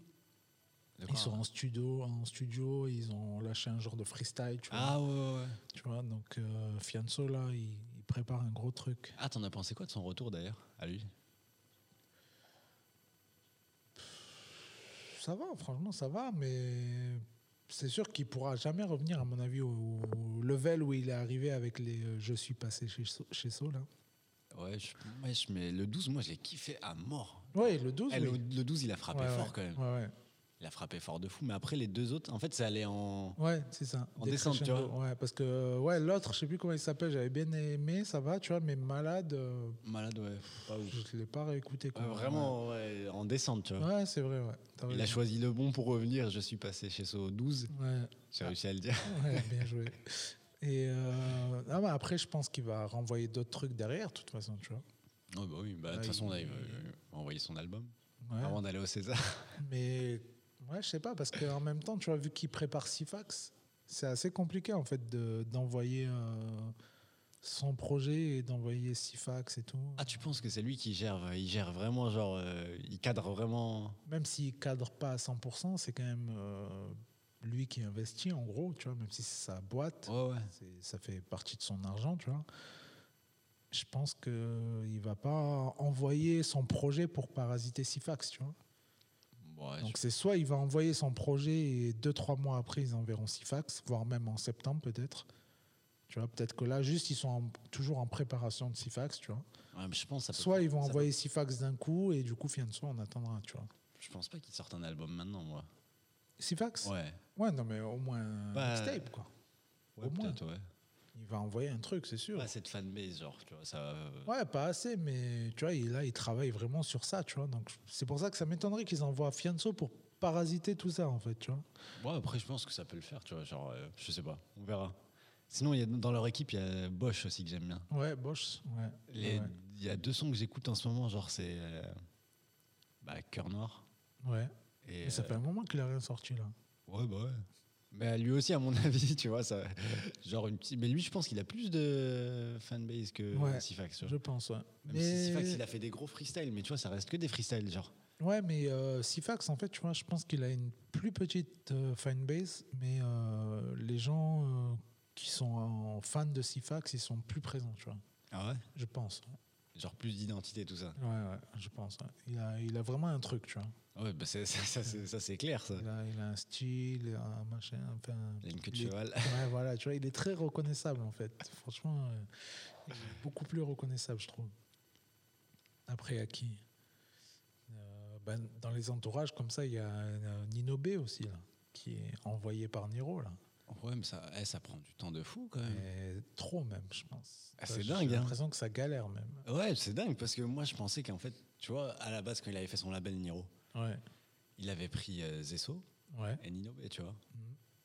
De quoi Ils sont en studio, en studio, ils ont lâché un genre de freestyle, tu vois. Ah ouais, ouais, ouais. Tu vois, donc euh, Fianso, là, il, il prépare un gros truc. Ah, t'en as pensé quoi de son retour d'ailleurs à lui Ça va, franchement, ça va, mais c'est sûr qu'il pourra jamais revenir, à mon avis, au, au level où il est arrivé avec les euh, Je suis passé chez, So- chez hein. So, là. Ouais, je, ouais, je- mais le 12, moi, je l'ai kiffé à mort. Ouais, le 12. Eh, oui. le, le 12, il a frappé Ouais, fort ouais. quand même. Ouais, ouais. Il a frappé fort de fou. Mais après, les deux autres, en fait, ça allait en. Ouais, c'est ça. En Des descente, tu crescendo. vois. Ouais, parce que ouais, l'autre, je sais plus comment il s'appelle, j'avais bien aimé, ça va, tu vois, mais malade, euh, Malade, ouais. pff, Pas ouf. je ne l'ai pas réécouté. quoi. Ouais, Euh, vraiment, ouais, en descente, tu Ouais, vois. Ouais, c'est vrai, ouais. T'as Il a raison. choisi le bon pour revenir. Je suis passé chez So 12. Ouais, J'ai réussi à le dire. ouais, bien joué. Et euh, ah bah, après, je pense qu'il va renvoyer d'autres trucs derrière, de toute façon, tu vois. Oh, bah oui, bah, de Ouais, toute façon, on a il- euh, envoyé son album Ouais. avant d'aller au César. Mais ouais, je sais pas, parce qu'en même temps, tu vois, vu qu'il prépare Sifax, c'est assez compliqué en fait de- d'envoyer euh, son projet et d'envoyer Sifax et tout. Ah, tu penses que c'est lui qui gère euh, Il gère vraiment, genre, euh, il cadre vraiment. Même s'il cadre pas à 100%, c'est quand même euh, lui qui investit en gros, tu vois, même si c'est sa boîte, Ouais, ouais. c'est- ça fait partie de son argent, tu vois. Je pense qu'il va pas envoyer son projet pour parasiter Sifax, tu vois. Ouais, Donc c'est soit il va envoyer son projet et deux trois mois après ils enverront Sifax, voire même en septembre peut-être. Tu vois, peut-être que là juste ils sont en- toujours en préparation de Sifax, tu vois. je, ouais, mais je pense que ça peut- Soit ils vont ça peut- envoyer Sifax d'un coup et du coup Fianso on attendra, tu vois. Je pense pas qu'il sorte un album maintenant, moi. Sifax Ouais. Ouais, non mais au moins un Bah, mixtape quoi. Ouais, Au moins. peut-être, Bah, ouais. Il va envoyer un truc, c'est sûr. Pas cette fanbase, genre, tu vois, ça. euh, va- Ouais, pas assez, mais tu vois, il- là, il travaille vraiment sur ça, tu vois. Donc, c'est pour ça que ça m'étonnerait qu'ils envoient Fianso pour parasiter tout ça, en fait, tu vois. Ouais, après, je pense que ça peut le faire, tu vois. Genre, euh, je sais pas, on verra. Sinon, il y a, dans leur équipe, il y a Bosch aussi que j'aime bien. Ouais, Bosch, ouais. Les- Il Ouais, y a deux sons que j'écoute en ce moment, genre, c'est. euh, bah, Cœur Noir. ouais. Et, Mais ça euh, fait un moment qu'il a rien sorti, là. ouais, bah ouais. Mais lui aussi, à mon avis, tu vois, ça. Genre, une petite. Mais lui, je pense qu'il a plus de fanbase que Ouais, Sifax, tu vois. Je pense, ouais. Même si Sifax, il a fait des gros freestyles, mais tu vois, ça reste que des freestyles, genre. Ouais, mais euh, Sifax, en fait, tu vois, je pense qu'il a une plus petite euh, fanbase, mais euh, les gens euh, qui sont en fans de Sifax, ils sont plus présents, tu vois. Ah ouais Je pense. Genre, plus d'identité, tout ça. Ouais, ouais, je pense. ouais. Il, a, il a vraiment un truc, tu vois. Ouais, bah, c'est- ça, ça, c'est- ça, c'est clair, ça. Il a, il a un style, un machin, enfin. Il a une queue de il est- cheval. Ouais, voilà, tu vois, il est très reconnaissable en fait. Franchement, euh, il est beaucoup plus reconnaissable, je trouve. Après, à qui Euh, ben, Dans les entourages comme ça, il y a euh, Nino B aussi, là, qui est envoyé par Niro, là. Ouais, mais ça, eh, ça prend du temps de fou quand même. Et trop même, je pense. Ah, Tu c'est vois, dingue, J'ai hein. l'impression que ça galère même. Ouais, c'est dingue parce que moi je pensais qu'en fait, tu vois, à la base quand il avait fait son label Niro, Ouais, il avait pris euh, Zesso ouais. et Nino B, tu vois. Mhm.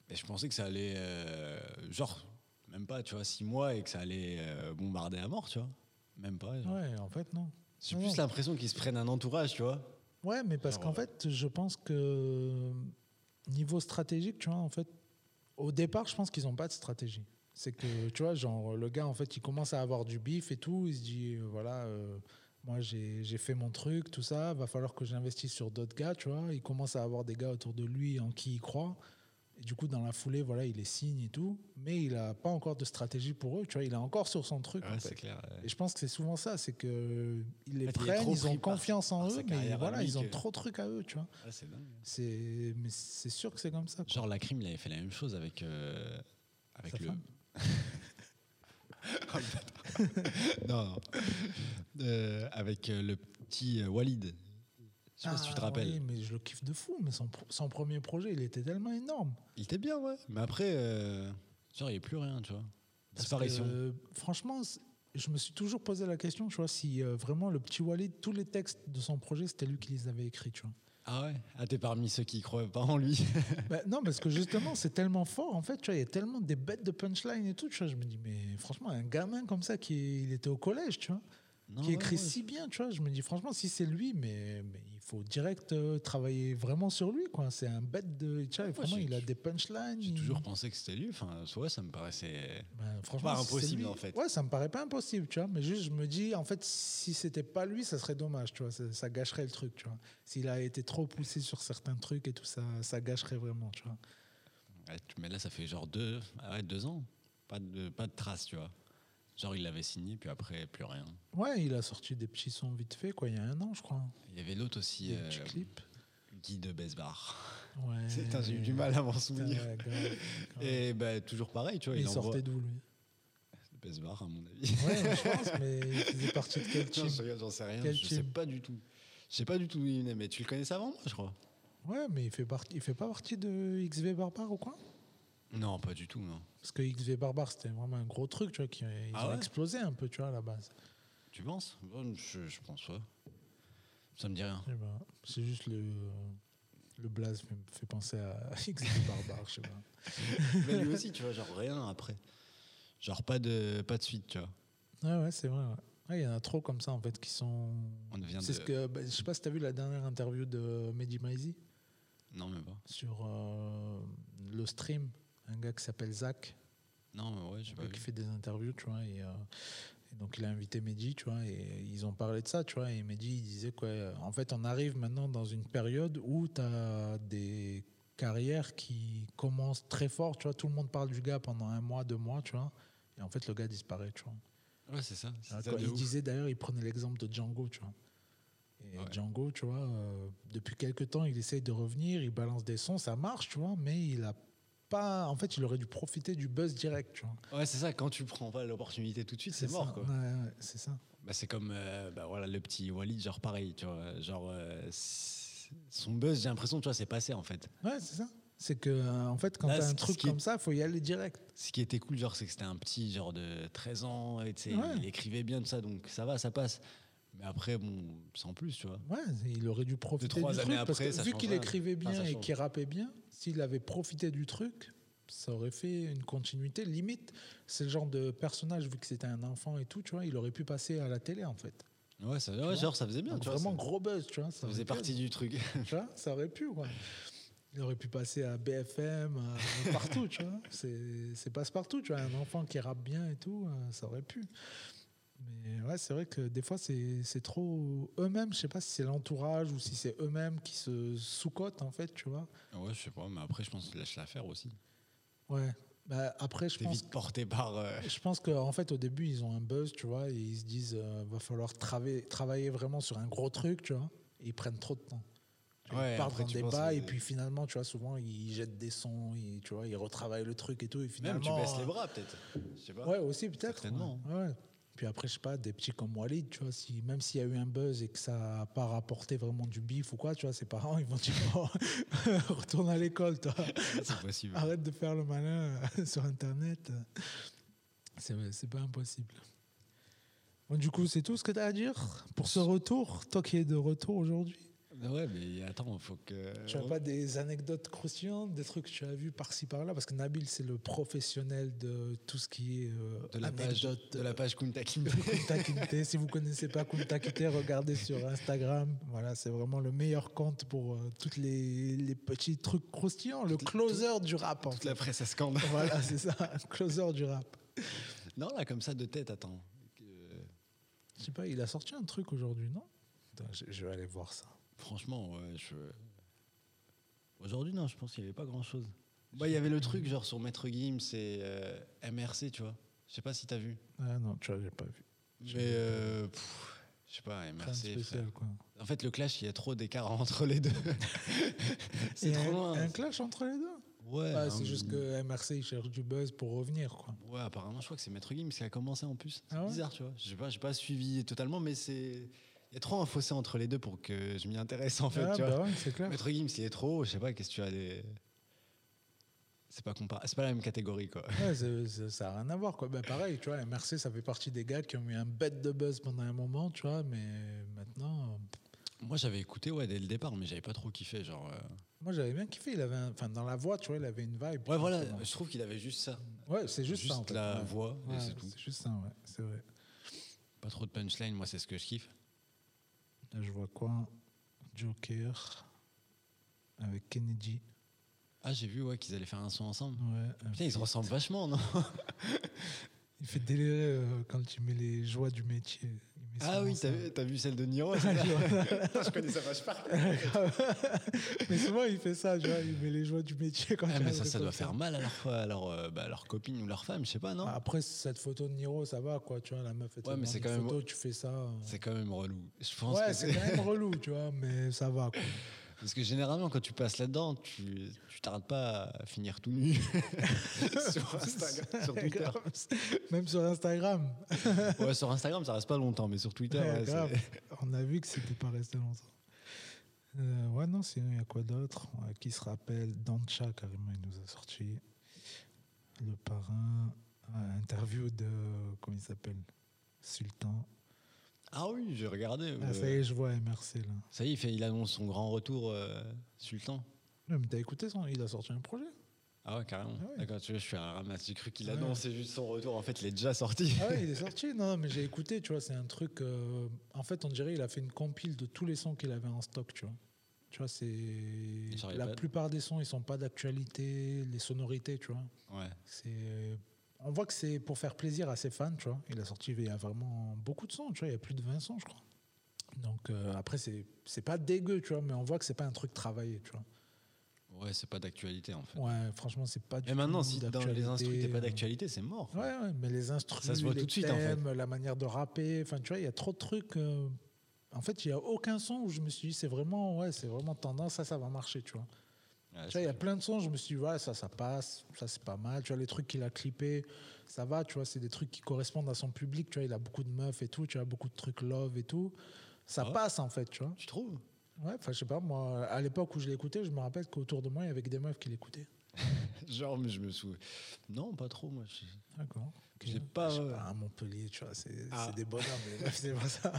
Et je pensais que ça allait, euh, genre, même pas, tu vois, six mois et que ça allait euh, bombarder à mort, tu vois. Même pas. genre. Ouais, en fait, non. J'ai Non, plus non. l'impression qu'ils se prennent un entourage, tu vois. Ouais, mais parce Genre, qu'en euh, fait, je pense que euh, niveau stratégique, tu vois, en fait, au départ, je pense qu'ils n'ont pas de stratégie. C'est que, tu vois, genre, le gars, en fait, il commence à avoir du bif et tout. Il se dit, euh, voilà, euh, moi, j'ai j'ai fait mon truc, tout ça. Va falloir que j'investisse sur d'autres gars, tu vois. Il commence à avoir des gars autour de lui en qui il croit. Et du coup, dans la foulée, voilà, il les signe et tout, mais il a pas encore de stratégie pour eux. Tu vois, il est encore sur son truc. en Ouais, fait. c'est clair. ouais. Et je pense que c'est souvent ça, c'est que ils les En fait, il est prennent, trop ils ont pris par- confiance en par sa eux, mais carrière à voilà, lui ils ont que- trop de trucs à eux, tu vois. Ah, c'est dingue. C'est, mais c'est sûr que c'est comme ça. quoi. Genre, la crime, il avait fait la même chose avec. euh, avec Sa le. femme Oh, le bâtard. non, non. Euh, avec euh, le petit euh, Walid. Je sais pas si tu te Ah, rappelles. oui, mais je le kiffe de fou. Mais son, pro- son premier projet, il était tellement énorme. Il était bien, ouais. Mais après, euh, genre, il n'y a plus rien, tu vois. Parce Disparition. que, franchement, c- je me suis toujours posé la question, tu vois, si euh, vraiment le petit Walid, tous les textes de son projet, c'était lui qui les avait écrits, tu vois. Ah ouais Ah, t'es parmi ceux qui croient pas en lui. Bah, non, parce que justement, c'est tellement fort, en fait, tu vois, il y a tellement des bêtes de punchline et tout, tu vois. Je me dis, mais franchement, un gamin comme ça, qui il était au collège, tu vois, Non, qui Ah ouais, écrit ouais. si bien, tu vois. Je me dis, franchement, si c'est lui, mais, mais il faut direct euh, travailler vraiment sur lui, quoi. C'est un bête de. Tu vois, vraiment, j'ai- il a des punchlines. J'ai il- toujours pensé que c'était lui. Enfin, soit ça me paraissait. euh, Ben, franchement, Pas si c'est impossible, lui- en fait. Ouais, ça me paraît pas impossible, tu vois. Mais juste, je me dis, en fait, si c'était pas lui, ça serait dommage, tu vois. Ça, ça gâcherait le truc, tu vois. S'il a été trop poussé sur certains trucs et tout, ça, ça gâcherait vraiment, tu vois. Ouais, tu- Mais là, ça fait genre deux, ah ouais, deux ans. Pas de, pas de traces, tu vois. Genre, il l'avait signé, puis après, plus rien. Ouais, il a sorti des petits sons vite fait, quoi, il y a un an, je crois. Il y avait l'autre aussi, Des petits euh, clips. Guy de Besbar. Euh, Ouais. Putain, j'ai eu du mal à m'en Putain, souvenir. ouais, grave, grave. Et bah, toujours pareil, tu vois. il il envoie sortait d'où, lui Besbar, à mon avis. Ouais, je pense, mais il faisait partie de quel Putain, team je regarde, J'en sais rien, Quel je sais team pas du tout. Je sais pas du tout où il venait, mais tu le connaissais avant moi, je crois. Ouais, mais il fait, partie, il fait pas partie de XV Barbare ou quoi Non, pas du tout, non. Parce que XV Barbare, c'était vraiment un gros truc, tu vois, qui, ils Ah ont ouais explosé un peu, tu vois, à la base. Tu penses Bon, je, je pense, ouais. Ça me dit rien. Je sais pas. C'est juste le, le blaze me fait penser à X Barbare, je sais pas. mais lui aussi, tu vois, genre rien après. Genre pas de, pas de suite, tu vois. Ouais, ouais, c'est vrai. ouais. Ouais, Il y en a trop comme ça, en fait, qui sont. On devient C'est de... ce que. bah, je sais pas si t'as vu la dernière interview de Mehdi Maizi Non, même pas. sur euh, le stream. Un gars qui s'appelle Zach, Non, mais ouais, j'ai pas un gars qui vu. fait des interviews, tu vois. Et, euh, et donc, il a invité Mehdi, tu vois, et ils ont parlé de ça, tu vois. Et Mehdi, il disait quoi euh, En fait, on arrive maintenant dans une période où t'as des carrières qui commencent très fort, tu vois. Tout le monde parle du gars pendant un mois, deux mois, tu vois. Et en fait, le gars disparaît, tu vois. Ouais, c'est ça. c'est Ah, ça quoi, de il ouf. disait d'ailleurs, il prenait l'exemple de Django, tu vois. Et Ouais. Django, tu vois, euh, depuis quelques temps, il essaye de revenir, il balance des sons, ça marche, tu vois, mais il a pas. En fait, il aurait dû profiter du buzz direct, tu vois. Ouais, c'est ça. Quand tu prends pas l'opportunité tout de suite, c'est ça. mort, quoi. Ouais, ouais, c'est ça. Bah, c'est comme euh, bah, voilà, le petit Walid, genre pareil, tu vois. Genre, euh, c- son buzz, j'ai l'impression, tu vois, c'est passé en fait. Ouais, c'est ça. C'est que, euh, en fait, quand Là, t'as ce un qui- truc ce qui est- comme ça, faut y aller direct. Ce qui était cool, genre, c'est que c'était un petit, genre de 13 ans, et tu sais, Ouais. il écrivait bien de ça, donc ça va, ça passe. Mais après, bon, sans plus, tu vois. Ouais, il aurait dû profiter trois du truc. années parce après, que ça vu change qu'il rien. écrivait bien Enfin, ça et change. qu'il rappait bien, s'il avait profité du truc, ça aurait fait une continuité. Limite, c'est le genre de personnage, vu que c'était un enfant et tout, tu vois, il aurait pu passer à la télé, en fait. Ouais, ça, ouais, vois genre, ça faisait bien, Donc tu vois. vraiment ça- gros buzz, tu vois. Ça, Ça aurait faisait pu, partie du truc. tu vois, ça aurait pu, quoi. Il aurait pu passer à BFM, à- partout, tu vois. C'est c'est passe-partout, tu vois. Un enfant qui rappe bien et tout, euh, ça aurait pu. Mais ouais, c'est vrai que des fois, c'est c'est trop eux-mêmes. Je sais pas si c'est l'entourage ou si c'est eux-mêmes qui se sous-cotent, en fait, tu vois. Ouais, je sais pas, mais après, je pense que lâche l'affaire aussi. Ouais. Bah, après, je T'es pense vite porté par. euh, Je pense qu'en fait, au début, ils ont un buzz, tu vois, et ils se disent, euh, va falloir trava- travailler vraiment sur un gros truc, tu vois. Et ils prennent trop de temps. Tu vois, Ouais, ils partent après, dans tu des penses bas, que- et puis finalement, tu vois, souvent, ils jettent des sons, ils, tu vois, ils retravaillent le truc et tout, et Même, finalement... euh, tu baisses les bras, peut-être. Je sais pas. Ouais, aussi, peut-être. Certainement. Ouais. ouais. Puis après, je sais pas, des petits comme Walid, tu vois, si, même s'il y a eu un buzz et que ça n'a pas rapporté vraiment du bif ou quoi, tu vois, ses parents, ils vont dire, oh, retourne à l'école, toi. C'est possible. Arrête de faire le malin euh, sur Internet. C'est c'est pas impossible. Bon, du coup, c'est tout ce que tu as à dire pour ce retour, toi qui es de retour aujourd'hui. Ouais, mais attends, faut que. Ah. Tu as pas des anecdotes croustillantes, des trucs que tu as vus par-ci par-là Parce que Nabil, c'est le professionnel de tout ce qui est euh, de la page, anecdote. de la page Kunta Kinte. Kunta Kinte. si vous connaissez pas Kunta Kinte, regardez sur Instagram. Voilà, c'est vraiment le meilleur compte pour euh, toutes les, les petits trucs croustillants, le closer du rap. en Toute fait. la presse, ça scande. Voilà, c'est ça, closer du rap. Non, là, comme ça, de tête, attends. Euh, Je sais pas, il a sorti un truc aujourd'hui, non Attends, je, je vais aller voir ça. euh, franchement, ouais, je. Aujourd'hui, non, je pense qu'il n'y avait pas grand-chose. Bah, il y avait le truc, genre, sur Maître Gims et euh, MRC, tu vois. Je sais pas si t'as vu. Ah non, tu vois, j'ai pas vu. Mais, euh, pff, je sais pas, Rien de MRC. frère. spécial, quoi. En fait, le clash, il y a trop d'écart entre les deux. c'est Et trop un- loin. Un clash entre les deux Ouais, Bah, un- C'est juste que MRC, il cherche du buzz pour revenir, quoi. Ouais, apparemment, je crois que c'est Maître Gims qui a commencé en plus. C'est Ah ouais bizarre, tu vois. Je sais pas, j'ai pas suivi totalement, mais c'est. Il y a trop un fossé entre les deux pour que je m'y intéresse, en fait, ah, tu vois. bah ouais, c'est clair. Maître Gims, il est trop haut, je sais pas, qu'est-ce que tu as des. C'est pas compar... c'est pas la même catégorie, quoi. Ouais, c'est- c'est- ça n'a rien à voir. Quoi. Bah, pareil, tu vois, MRC, ça fait partie des gars qui ont eu un bête de buzz pendant un moment, tu vois, mais maintenant. euh, Moi, j'avais écouté, ouais, dès le départ, mais j'avais pas trop kiffé, genre. euh. Moi, j'avais bien kiffé. Il avait un- enfin, dans la voix, tu vois, il avait une vibe. Ouais, voilà, Justement. je trouve qu'il avait juste ça. Ouais, c'est juste, Juste ça. en fait. la Ouais. voix, et Ouais, c'est tout. juste ça, ouais, c'est vrai. Pas trop de punchline, moi, c'est ce que je kiffe. Là, je vois quoi Joker avec Kennedy. Ah, j'ai vu, ouais, qu'ils allaient faire un son ensemble. Ouais, un Putain, ils se feat. ressemblent vachement, non Il fait délirer euh, quand il met les joies du métier. Il met Ah ça oui, ensemble. t'as t'as vu celle de Niro c'est ça Je connais ça vachement. mais souvent, il fait ça, tu vois, il met les joies du métier quand Ah, il y a mais un ça, truc ça comme doit faire mal à leur, à leur, euh, bah, à leur copine ou leur femme, je sais pas, non Après, cette photo de Niro, ça va, quoi. Tu vois, la meuf est Ouais, mais c'est quand même- photo, tu fais ça. euh, C'est quand même relou. Je pense Ouais, que c'est c'est. quand même relou, tu vois, mais ça va, quoi. Parce que généralement, quand tu passes là-dedans, tu tu t'arrêtes pas à finir tout nu sur Instagram, sur Twitter. Même sur Instagram. Ouais, sur Instagram, ça reste pas longtemps, mais sur Twitter, Ouais, ouais, c'est- grave. On a vu que c'était pas resté longtemps. Euh, ouais, non, sinon, il y a quoi d'autre Euh, Qui se rappelle Dancha, carrément, il nous a sorti. Le parrain. euh, interview de. Comment il s'appelle Sultan. Ah oui, j'ai regardé. Ah, euh, ça y est, je vois MRC, là. ça y est, il, fait- il annonce son grand retour, euh, Sultan. Non, mais t'as écouté son Il a sorti un projet. Ah ouais, carrément. Ah ouais. Ah D'accord, tu vois, je suis à un ramasse. J'ai cru qu'il Ouais. annonçait juste son retour. En fait, il est déjà sorti. Ah ouais, il est sorti, non, mais j'ai écouté, tu vois, c'est un truc. euh, en fait, on dirait il a fait une compile de tous les sons qu'il avait en stock, tu vois. Tu vois, c'est. j'arrive La pas. plupart des sons, ils sont pas d'actualité, les sonorités, tu vois. Ouais. C'est. euh, On voit que c'est pour faire plaisir à ses fans, tu vois. Il a sorti, il y a vraiment beaucoup de sons, tu vois, il y a plus de 20 sons, je crois. Donc euh, après, c'est c'est pas dégueu, tu vois, mais on voit que c'est pas un truc travaillé, tu vois. Ouais, c'est pas d'actualité en fait. Ouais, franchement, c'est pas du Mais maintenant, tout si dans les instrus, d'actualité, t'es pas euh. d'actualité, c'est mort. Ouais, ouais, mais les instruments, Ça se voit les tout de suite, en fait. thèmes, la manière de rapper, enfin, tu vois, il y a trop de trucs. euh, En fait, il n'y a aucun son où je me suis dit, c'est vraiment, ouais, c'est vraiment tendance, ça, ça va marcher, tu vois. Ouais, Tu vois, c'est- il y a plein de sons, je me suis dit, ouais, ça, ça passe, ça, c'est pas mal. Tu vois, les trucs qu'il a clippés, ça va, tu vois, c'est des trucs qui correspondent à son public, tu vois, il a beaucoup de meufs et tout, tu vois, beaucoup de trucs love et tout. Ça Ah ouais passe, en fait, tu vois. Tu trouves Ouais, enfin, je sais pas, moi, à l'époque où je l'écoutais, je me rappelle qu'autour de moi, il y avait que des meufs qui l'écoutaient. Genre, mais je me souviens. Non, pas trop, moi. je- D'accord. Ok. J'ai pas- euh, Je sais pas, à Montpellier, tu vois, c'est Ah. c'est des bonhommes, les meufs, c'est pas ça.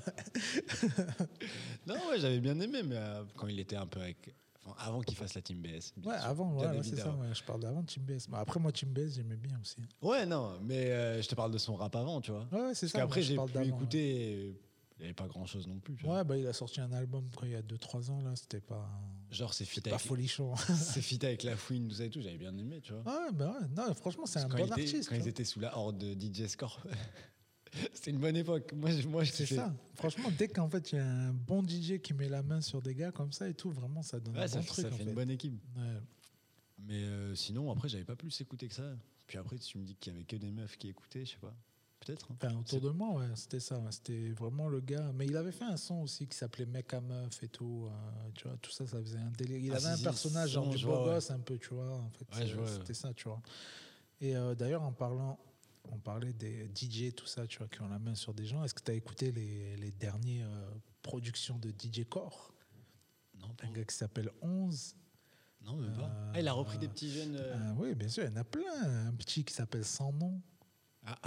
Non, ouais, j'avais bien aimé, mais euh, quand il était un peu avec. enfin, avant qu'il fasse la Team BS. bien Ouais, sûr. avant, Bien ouais, ouais, c'est ça. évidemment. ouais, je parle d'avant Team BS. Mais après, moi, Team BS, j'aimais bien aussi. hein. Ouais, non, mais euh, je te parle de son rap avant, tu vois. Ouais, ouais, c'est Parce ça. moi, qu'après, je j'ai parle pu d'avant, écouter. et Il n'y avait pas grand chose non plus. tu Ouais, vois. Ouais, bah, il a sorti un album quand il y a 2-3 ans, là. C'était pas. Genre, c'est fit, C'était pas avec... folichon. c'est fit avec la fouine, tout ça et tout. J'avais bien aimé, tu vois. ouais, bah ouais. Non, franchement, c'est Parce un que quand bon il était- artiste. hein. Quand tu ils vois. étaient sous la horde de DJ Score. C'était une bonne époque. Moi, je, moi, je C'est kiffais. ça. Franchement, dès qu'en fait, il y a un bon DJ qui met la main sur des gars comme ça et tout, vraiment, ça donne Ouais, un ça, bon ça truc. en fait fait. une bonne équipe. Ouais. Mais euh, sinon, après, j'avais pas plus écouté que ça. Puis après, tu me dis qu'il y avait que des meufs qui écoutaient, je sais pas. Peut-être. hein. Enfin, C'est- autour de moi, ouais, c'était ça. ouais, C'était vraiment le gars. Mais il avait fait un son aussi qui s'appelait Mec à Meuf et tout. euh, tu vois, tout ça, ça faisait un délire. Il Ah, avait si, un si, personnage son, genre du je beau vois, ouais. gosse un peu, tu vois. En fait, Ouais, je c'est- vois, ouais. c'était ça, tu vois. Et euh, d'ailleurs, en parlant, on parlait des DJ, tout ça, tu vois, qui ont la main sur des gens. Est-ce que tu as écouté les, les dernières euh, productions de DJ Core Non, pas- Un gars qui s'appelle 11. non, même pas. Euh, Ah, il a repris des petits jeunes. euh, Ah oui, bien sûr, il y en a plein. Un petit qui s'appelle Sans Nom. Ah.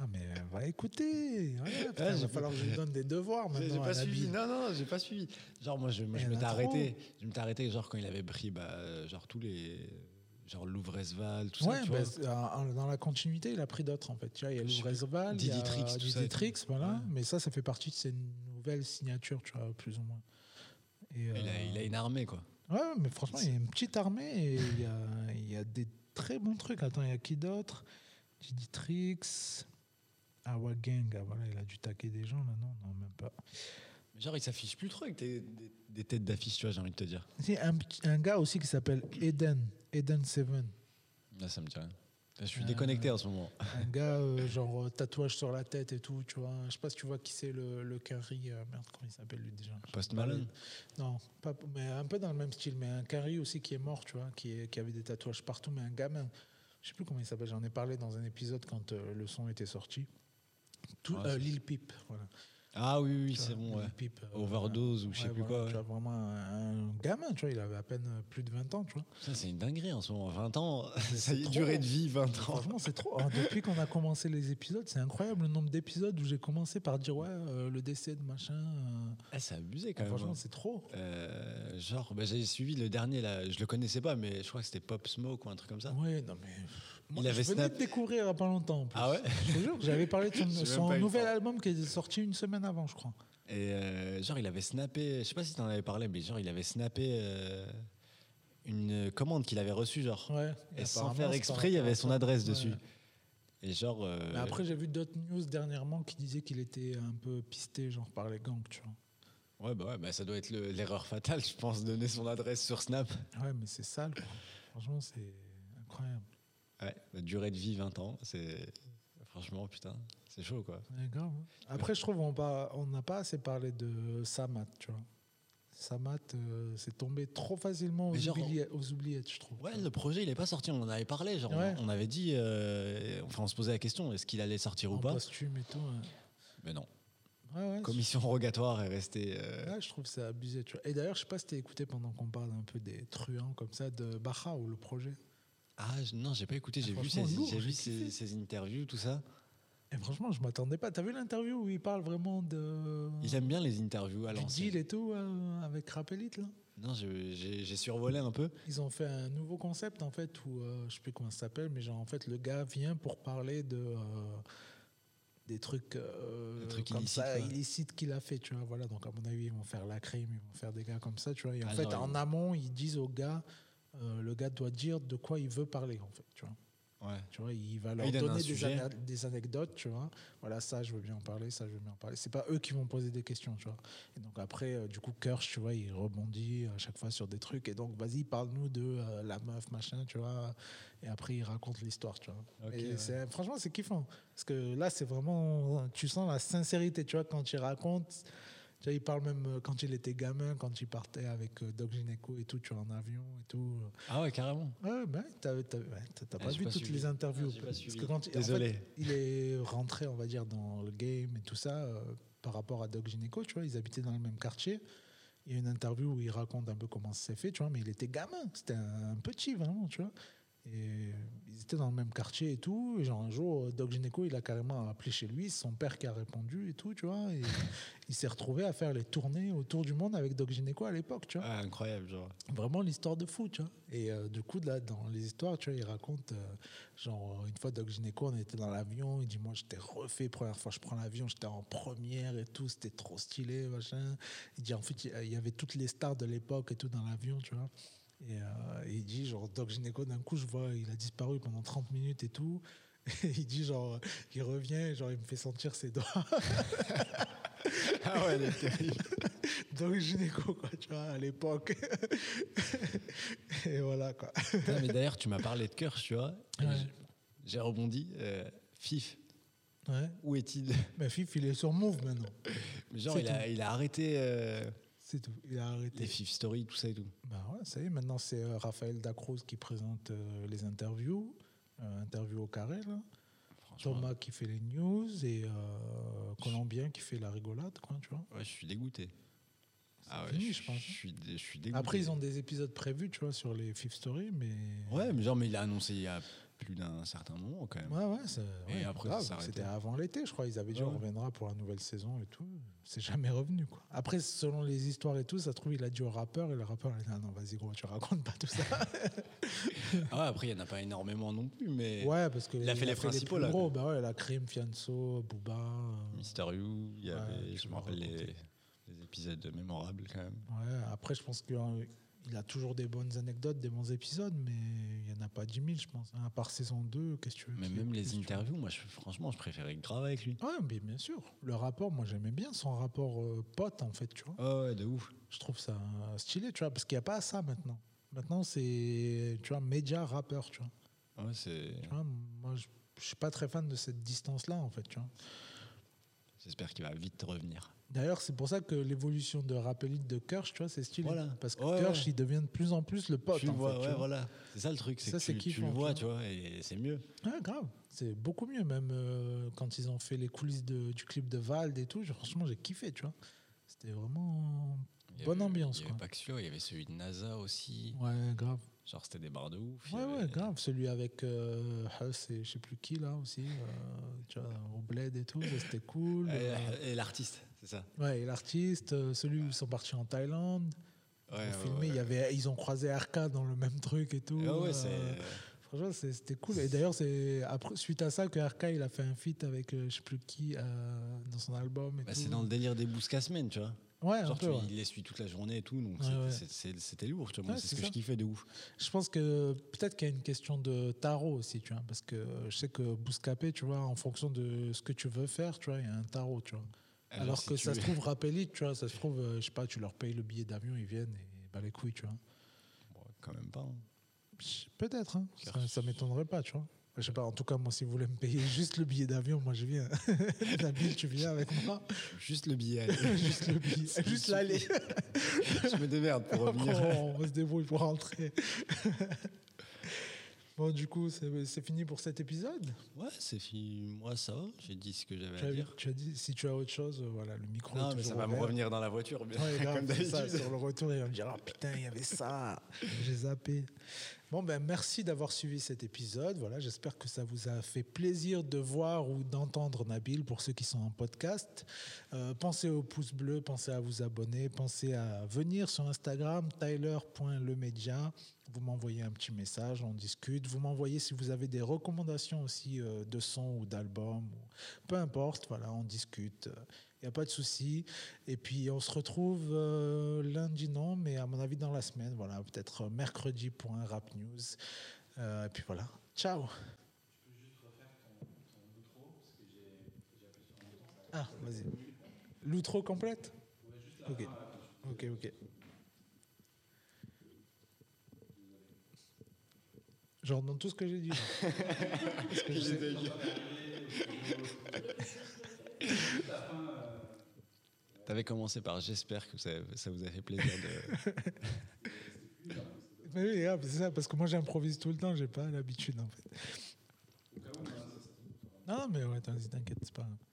Ah, mais euh, va écouter. Voilà, putain, j'ai il va pas- falloir que je lui donne des devoirs j'ai- Ah, maintenant. j'ai à pas Nabil. suivi. Non, non, j'ai pas suivi. Genre, moi, je, moi, Il y en je a m'étais trop. arrêté. Je m'étais arrêté, genre, quand il avait pris, bah, euh, genre, tous les. Genre, Louvresval, tout ouais, ça. Tu bah, vois. c'est- en- en- dans la continuité, il a pris d'autres en fait. Tu vois, il y a Je sais Louvresval, il y a Diditrix, tout ça et Diditrix, tout. voilà. Ouais. Mais ça, ça fait partie de ses nouvelles signatures, tu vois, plus ou moins. Et, Il, a, euh, il a une armée, quoi. Ouais, mais franchement, il y a une petite armée et il y a, il y a des très bons trucs. Attends, il y a qui d'autre Diditrix, Awa Gang, ah, voilà, il a dû taquer des gens là, non Non, même pas. Mais Genre, il s'affiche plus trop avec des, des- des têtes d'affiche, tu vois, j'ai envie de te dire. C'est un, petit- un gars aussi qui s'appelle Eden, Eden Seven. Là, Ah, ça me dit rien. Je suis Euh, déconnecté en ce moment. Un gars, euh, genre euh, tatouage sur la tête et tout, tu vois. Je sais pas si tu vois qui c'est le, le Curry. euh, merde, comment il s'appelle lui déjà Post Malone. Non, pas, mais un peu dans le même style. Mais un Curry aussi qui est mort, tu vois, qui, est- qui avait des tatouages partout, mais un gamin. Je sais plus comment il s'appelle. J'en ai parlé dans un épisode quand euh, le son était sorti. Tout, Ouais, euh, c'est- Lil Peep, voilà. Ah oui, oui, Tu c'est vois, bon, Lil ouais. Peep, euh, Overdose ou je sais ouais, plus voilà, quoi. Tu ouais. vois, vraiment un, un gamin, tu vois, il avait à peine euh, plus de 20 ans, tu vois. Ça, c'est une dinguerie en ce moment. 20 ans, ça c'est y est, trop. durée de vie, 20 ans. Franchement, c'est trop. Alors, depuis qu'on a commencé les épisodes, c'est incroyable le nombre d'épisodes où j'ai commencé par dire ouais, euh, le décès de machin. euh, Ah, c'est abusé quand même. franchement, hein. c'est trop. Euh, genre, bah, j'avais suivi le dernier là, je le connaissais pas, mais je crois que c'était Pop Smoke ou un truc comme ça. Ouais, non mais. Hein Moi, avait je venais snap- de découvrir il y a pas longtemps. en plus. Ah ouais Je te jure, j'avais parlé de son, J'ai même son pas eu le nouvel temps. album qui est sorti une semaine avant, je crois. Et euh, genre, il avait snappé, je sais pas si t'en avais parlé, mais genre, il avait snappé euh, une commande qu'il avait reçue, genre. Ouais. et sans apparemment, faire c'est exprès, il y avait son intéressant. adresse Ouais. dessus. Et genre. euh, Mais après, j'ai vu d'autres news dernièrement qui disaient qu'il était un peu pisté, genre par les gangs, tu vois. ouais, bah ouais, bah, ça doit être le- l'erreur fatale, je pense, donner son adresse sur Snap. Ouais, mais c'est sale, quoi. Franchement, c'est incroyable. Ouais, la durée de vie 20 ans, c'est. Franchement, putain, c'est chaud quoi. Ouais, grave, hein. Après, je trouve on pas- on n'a pas assez parlé de Samat, tu vois. Samat, euh, c'est tombé trop facilement aux, Mais genre, oublié- aux oubliettes, je trouve. Ouais, le projet, il est pas sorti, on en avait parlé, genre, on- Ouais. on, avait dit. euh, enfin, on se posait la question, est-ce qu'il allait sortir en ou pas costume et tout. hein. Mais non. Ouais, ouais, Commission rogatoire est restée. euh, je- ouais, je trouve ça abusé, tu vois. Et d'ailleurs, je sais pas si t'as écouté pendant qu'on parle un peu des truands comme ça de Baja ou le projet. Ah je- non, j'ai pas écouté, j'ai Ah, vu, ses, franchement, lourd, j'ai vu j'ai ses, kiffé. ses interviews, tout ça. Et franchement, je m'attendais pas. T'as vu l'interview où il parle vraiment de. Il aime bien les interviews à du deal l'ancienne. et tout euh, avec Rappelit, là Non, je- j'ai j'ai survolé un peu. Ils ont fait un nouveau concept en fait où euh, je sais plus comment ça s'appelle, mais genre en fait le gars vient pour parler de euh, des trucs, euh, Des trucs comme ça illicites, ouais. illicites qu'il a fait, tu vois. Voilà, donc à mon avis ils vont faire la crime, ils vont faire des gars comme ça, tu vois. Et en Ah, fait genre, ils en vont- amont ils disent au gars, euh, le gars doit dire de quoi il veut parler en fait, tu vois. Ouais. Tu vois, il va leur il donne un donner des, sujet. ana- des anecdotes, tu vois. Voilà, ça, je veux bien en parler, ça, je veux bien en parler. C'est pas eux qui vont poser des questions, tu vois. Et donc après, euh, du coup, Kirsch, tu vois, il rebondit à chaque fois sur des trucs. Et donc, vas-y, parle-nous de euh, la meuf, machin, tu vois. Et après, il raconte l'histoire, tu vois. Ok, Et ouais. c'est- franchement, c'est kiffant. Parce que là, c'est vraiment, tu sens la sincérité, tu vois, quand il raconte. Tu vois, il parle même euh, quand il était gamin, quand il partait avec euh, Doc Gineco et tout, tu vois, en avion et tout. Ah ouais, carrément. Ouais, ben, t'as, t'as- ouais, t'as- t'as Ah, pas j'ai vu pas toutes suivi. les interviews. Ah, j'ai pas parce suivi. que quand il- en Désolé. fait, il est rentré, on va dire, dans le game et tout ça, euh, par rapport à Doc Gineco, tu vois, ils habitaient dans le même quartier. Il y a une interview où il raconte un peu comment ça s'est fait, tu vois, mais il était gamin, c'était un petit vraiment, tu vois. Et ils étaient dans le même quartier et tout. Et genre un jour, euh, Doc Gineco, il a carrément appelé chez lui, c'est son père qui a répondu et tout, tu vois. Et il s'est retrouvé à faire les tournées autour du monde avec Doc Gineco à l'époque, tu vois Ah, incroyable, genre. vraiment l'histoire de fou, tu vois. Et euh, du coup, là, dans les histoires, tu vois, il raconte, euh, genre, une fois, Doc Gineco, on était dans l'avion, il dit, moi, j'étais refait, première fois, je prends l'avion, j'étais en première et tout, c'était trop stylé, machin. Il dit, en fait, il y a- il y avait toutes les stars de l'époque et tout dans l'avion, tu vois. Et euh, il dit, genre, Doc Gineco, d'un coup, je vois, il a disparu pendant 30 minutes et tout. Et il dit, genre, il revient, genre, il me fait sentir ses doigts. Ah ouais, elle est terrible. Doc Gineco, quoi, tu vois, à l'époque. et voilà, quoi. Putain, mais d'ailleurs, tu m'as parlé de cœur, tu vois. et Ouais. j- J'ai rebondi. euh, Fif, Ouais. où est-il Mais Fif, il est sur Move maintenant. Genre, C'est il a, il a arrêté euh, C'est tout. Il a arrêté. les Fif Story, tout ça et tout. Bah ouais, ça y est, maintenant c'est euh, Raphaël Dacruz qui présente euh, les interviews. Euh, interview au carré, là. Franchement, Thomas qui fait les news et euh, Colombien qui fait la rigolade, quoi, tu vois. ouais, je suis dégoûté. Ah ouais, fini, je, je pense. je suis, dé- je suis dégoûté. Après, ils ont des épisodes prévus, tu vois, sur les Fif Story, mais. Ouais, mais genre, mais il a annoncé il y a plus d'un certain moment quand même. Ouais, ouais, ça- Et ouais, après, grave. ça s'arrêtait. C'était avant l'été, je crois. Ils avaient dit Ouais. on reviendra pour la nouvelle saison et tout. C'est jamais revenu, quoi. Après, selon les histoires et tout, ça se trouve, il a dit au rappeur et le rappeur, il a dit ah non, vas-y, gros, tu racontes pas tout ça. Ah ouais, après, il n'y en a pas énormément non plus, mais. Ouais, parce que il a fait les plus principaux, là, Gros, bah ouais, la crime, Fianso, Booba. euh, Mister You, il y Ouais, avait, tu je me m'as rappelle les, raconté. les épisodes mémorables quand même. euh, Ouais, après, je pense qu'il a toujours des bonnes anecdotes, des bons épisodes, mais il n'y en a pas 10 000, je pense. hein, à part saison 2, qu'est-ce que tu veux Mais qu'il y ait même de les plus, tu vois. interviews, moi, je- franchement, je préférais grave avec lui. Ouais, mais bien sûr. Le rapport, moi j'aimais bien son rapport euh, pote, en fait, tu vois. Oh ouais, de ouf. Je trouve ça euh, stylé, tu vois, parce qu'il n'y a pas ça maintenant. Maintenant, c'est, tu vois, média, rappeur, tu vois. Ah Ouais, c'est... Tu vois, moi, je je suis pas très fan de cette distance-là, en fait. Tu vois. J'espère qu'il va vite revenir. D'ailleurs, c'est pour ça que l'évolution de Rappelite de Kirsch, tu vois, c'est stylé. Voilà. Parce que Ouais, Kirsch, ouais. il devient de plus en plus le pote. tu le en vois, fait, tu ouais, vois. voilà. C'est ça le truc, c'est Ça, que c'est tu, tu kiffant, le vois, tu tu vois, et c'est mieux. Ouais, grave. C'est beaucoup mieux, même euh, quand ils ont fait les coulisses de- du clip de Vald et tout. je- franchement, j'ai kiffé, tu vois. C'était vraiment. Il y Bonne avait- ambiance, Il y avait quoi. pas que celui-là, il y avait celui de NASA aussi. Ouais, grave. Genre, c'était des barres de ouf. il y Ouais, avait- ouais, grave. Celui avec euh, Huss et je sais plus qui, là aussi. euh, tu vois, au bled et tout. ça, C'était cool. Euh, Et, et l'artiste, c'est ça. Ouais, et l'artiste, euh, celui où ils sont partis en Thaïlande. Ouais, pour ouais, filmer, ouais. il y avait, ils ont croisé RK dans le même truc et tout. Ah ouais, euh, c'est. Franchement, c'est- c'était cool. Et d'ailleurs, c'est après- suite à ça que RK il a fait un feat avec euh, je sais plus qui euh, dans son album. et Bah, tout. c'est dans le délire des bouscasmen, tu vois. Ouais, un Genre, tu- peu. ouais. il les suit toute la journée et tout, donc Ouais, c'était- ouais. c'est- c'est- c'était lourd, tu vois. Moi, Ouais, c'est c'est ce que ça. je kiffais de ouf. Je pense que peut-être qu'il y a une question de tarot aussi, tu vois. Parce que euh, je sais que Bouscapé, tu vois, en fonction de ce que tu veux faire, tu vois, il y a un tarot, tu vois. Alors, si que tu ça se veux- trouve, Rappelit, tu vois, ça se trouve, euh, je sais pas, tu leur payes le billet d'avion, ils viennent et bah les couilles, tu vois. Bon, quand même pas. hein. Ch- Peut-être, hein. ça, Car- ça m'étonnerait pas, tu vois. Je sais pas, en tout cas, moi, si vous voulez me payer juste le billet d'avion, moi, je viens. Nabil, tu viens avec moi. Juste le billet. Juste le billet. Juste l'aller. je me démerde pour Après, revenir. on, on se débrouille pour rentrer. bon, du coup, c'est c'est fini pour cet épisode. Ouais, c'est fini. Moi, ça va. J'ai dit ce que j'avais Tu à as, dire. tu as dit, si tu as autre chose, euh, voilà, le micro. est Non, mais toujours ça va me ouvert. revenir dans la voiture, mais Ouais, grave, comme c'est ça, d'habitude. sur le retour, il va me dire Ah putain, il y avait ça, j'ai zappé. Bon, ben merci d'avoir suivi cet épisode. Voilà, j'espère que ça vous a fait plaisir de voir ou d'entendre Nabil pour ceux qui sont en podcast. Euh, pensez au pouce bleu, pensez à vous abonner, pensez à venir sur Instagram, tyler.lemedia. Vous m'envoyez un petit message, on discute. Vous m'envoyez si vous avez des recommandations aussi euh, de sons ou d'albums, ou- peu importe. Voilà, on discute. Il n'y a pas de souci. Et puis on se retrouve euh, lundi, non, mais à mon avis dans la semaine. Voilà, peut-être mercredi pour un rap news. Euh, et puis voilà. Ciao. Ah, vas-y. L'outro complète Ok. Ok, ok. Genre dans tout ce que j'ai dit. genre. Parce que je sais- T'avais commencé par j'espère que ça, ça vous a fait plaisir de. Mais oui, grave, c'est ça, parce que moi j'improvise tout le temps, j'ai pas l'habitude en fait. Non, mais ouais, t'inquiète, c'est pas grave.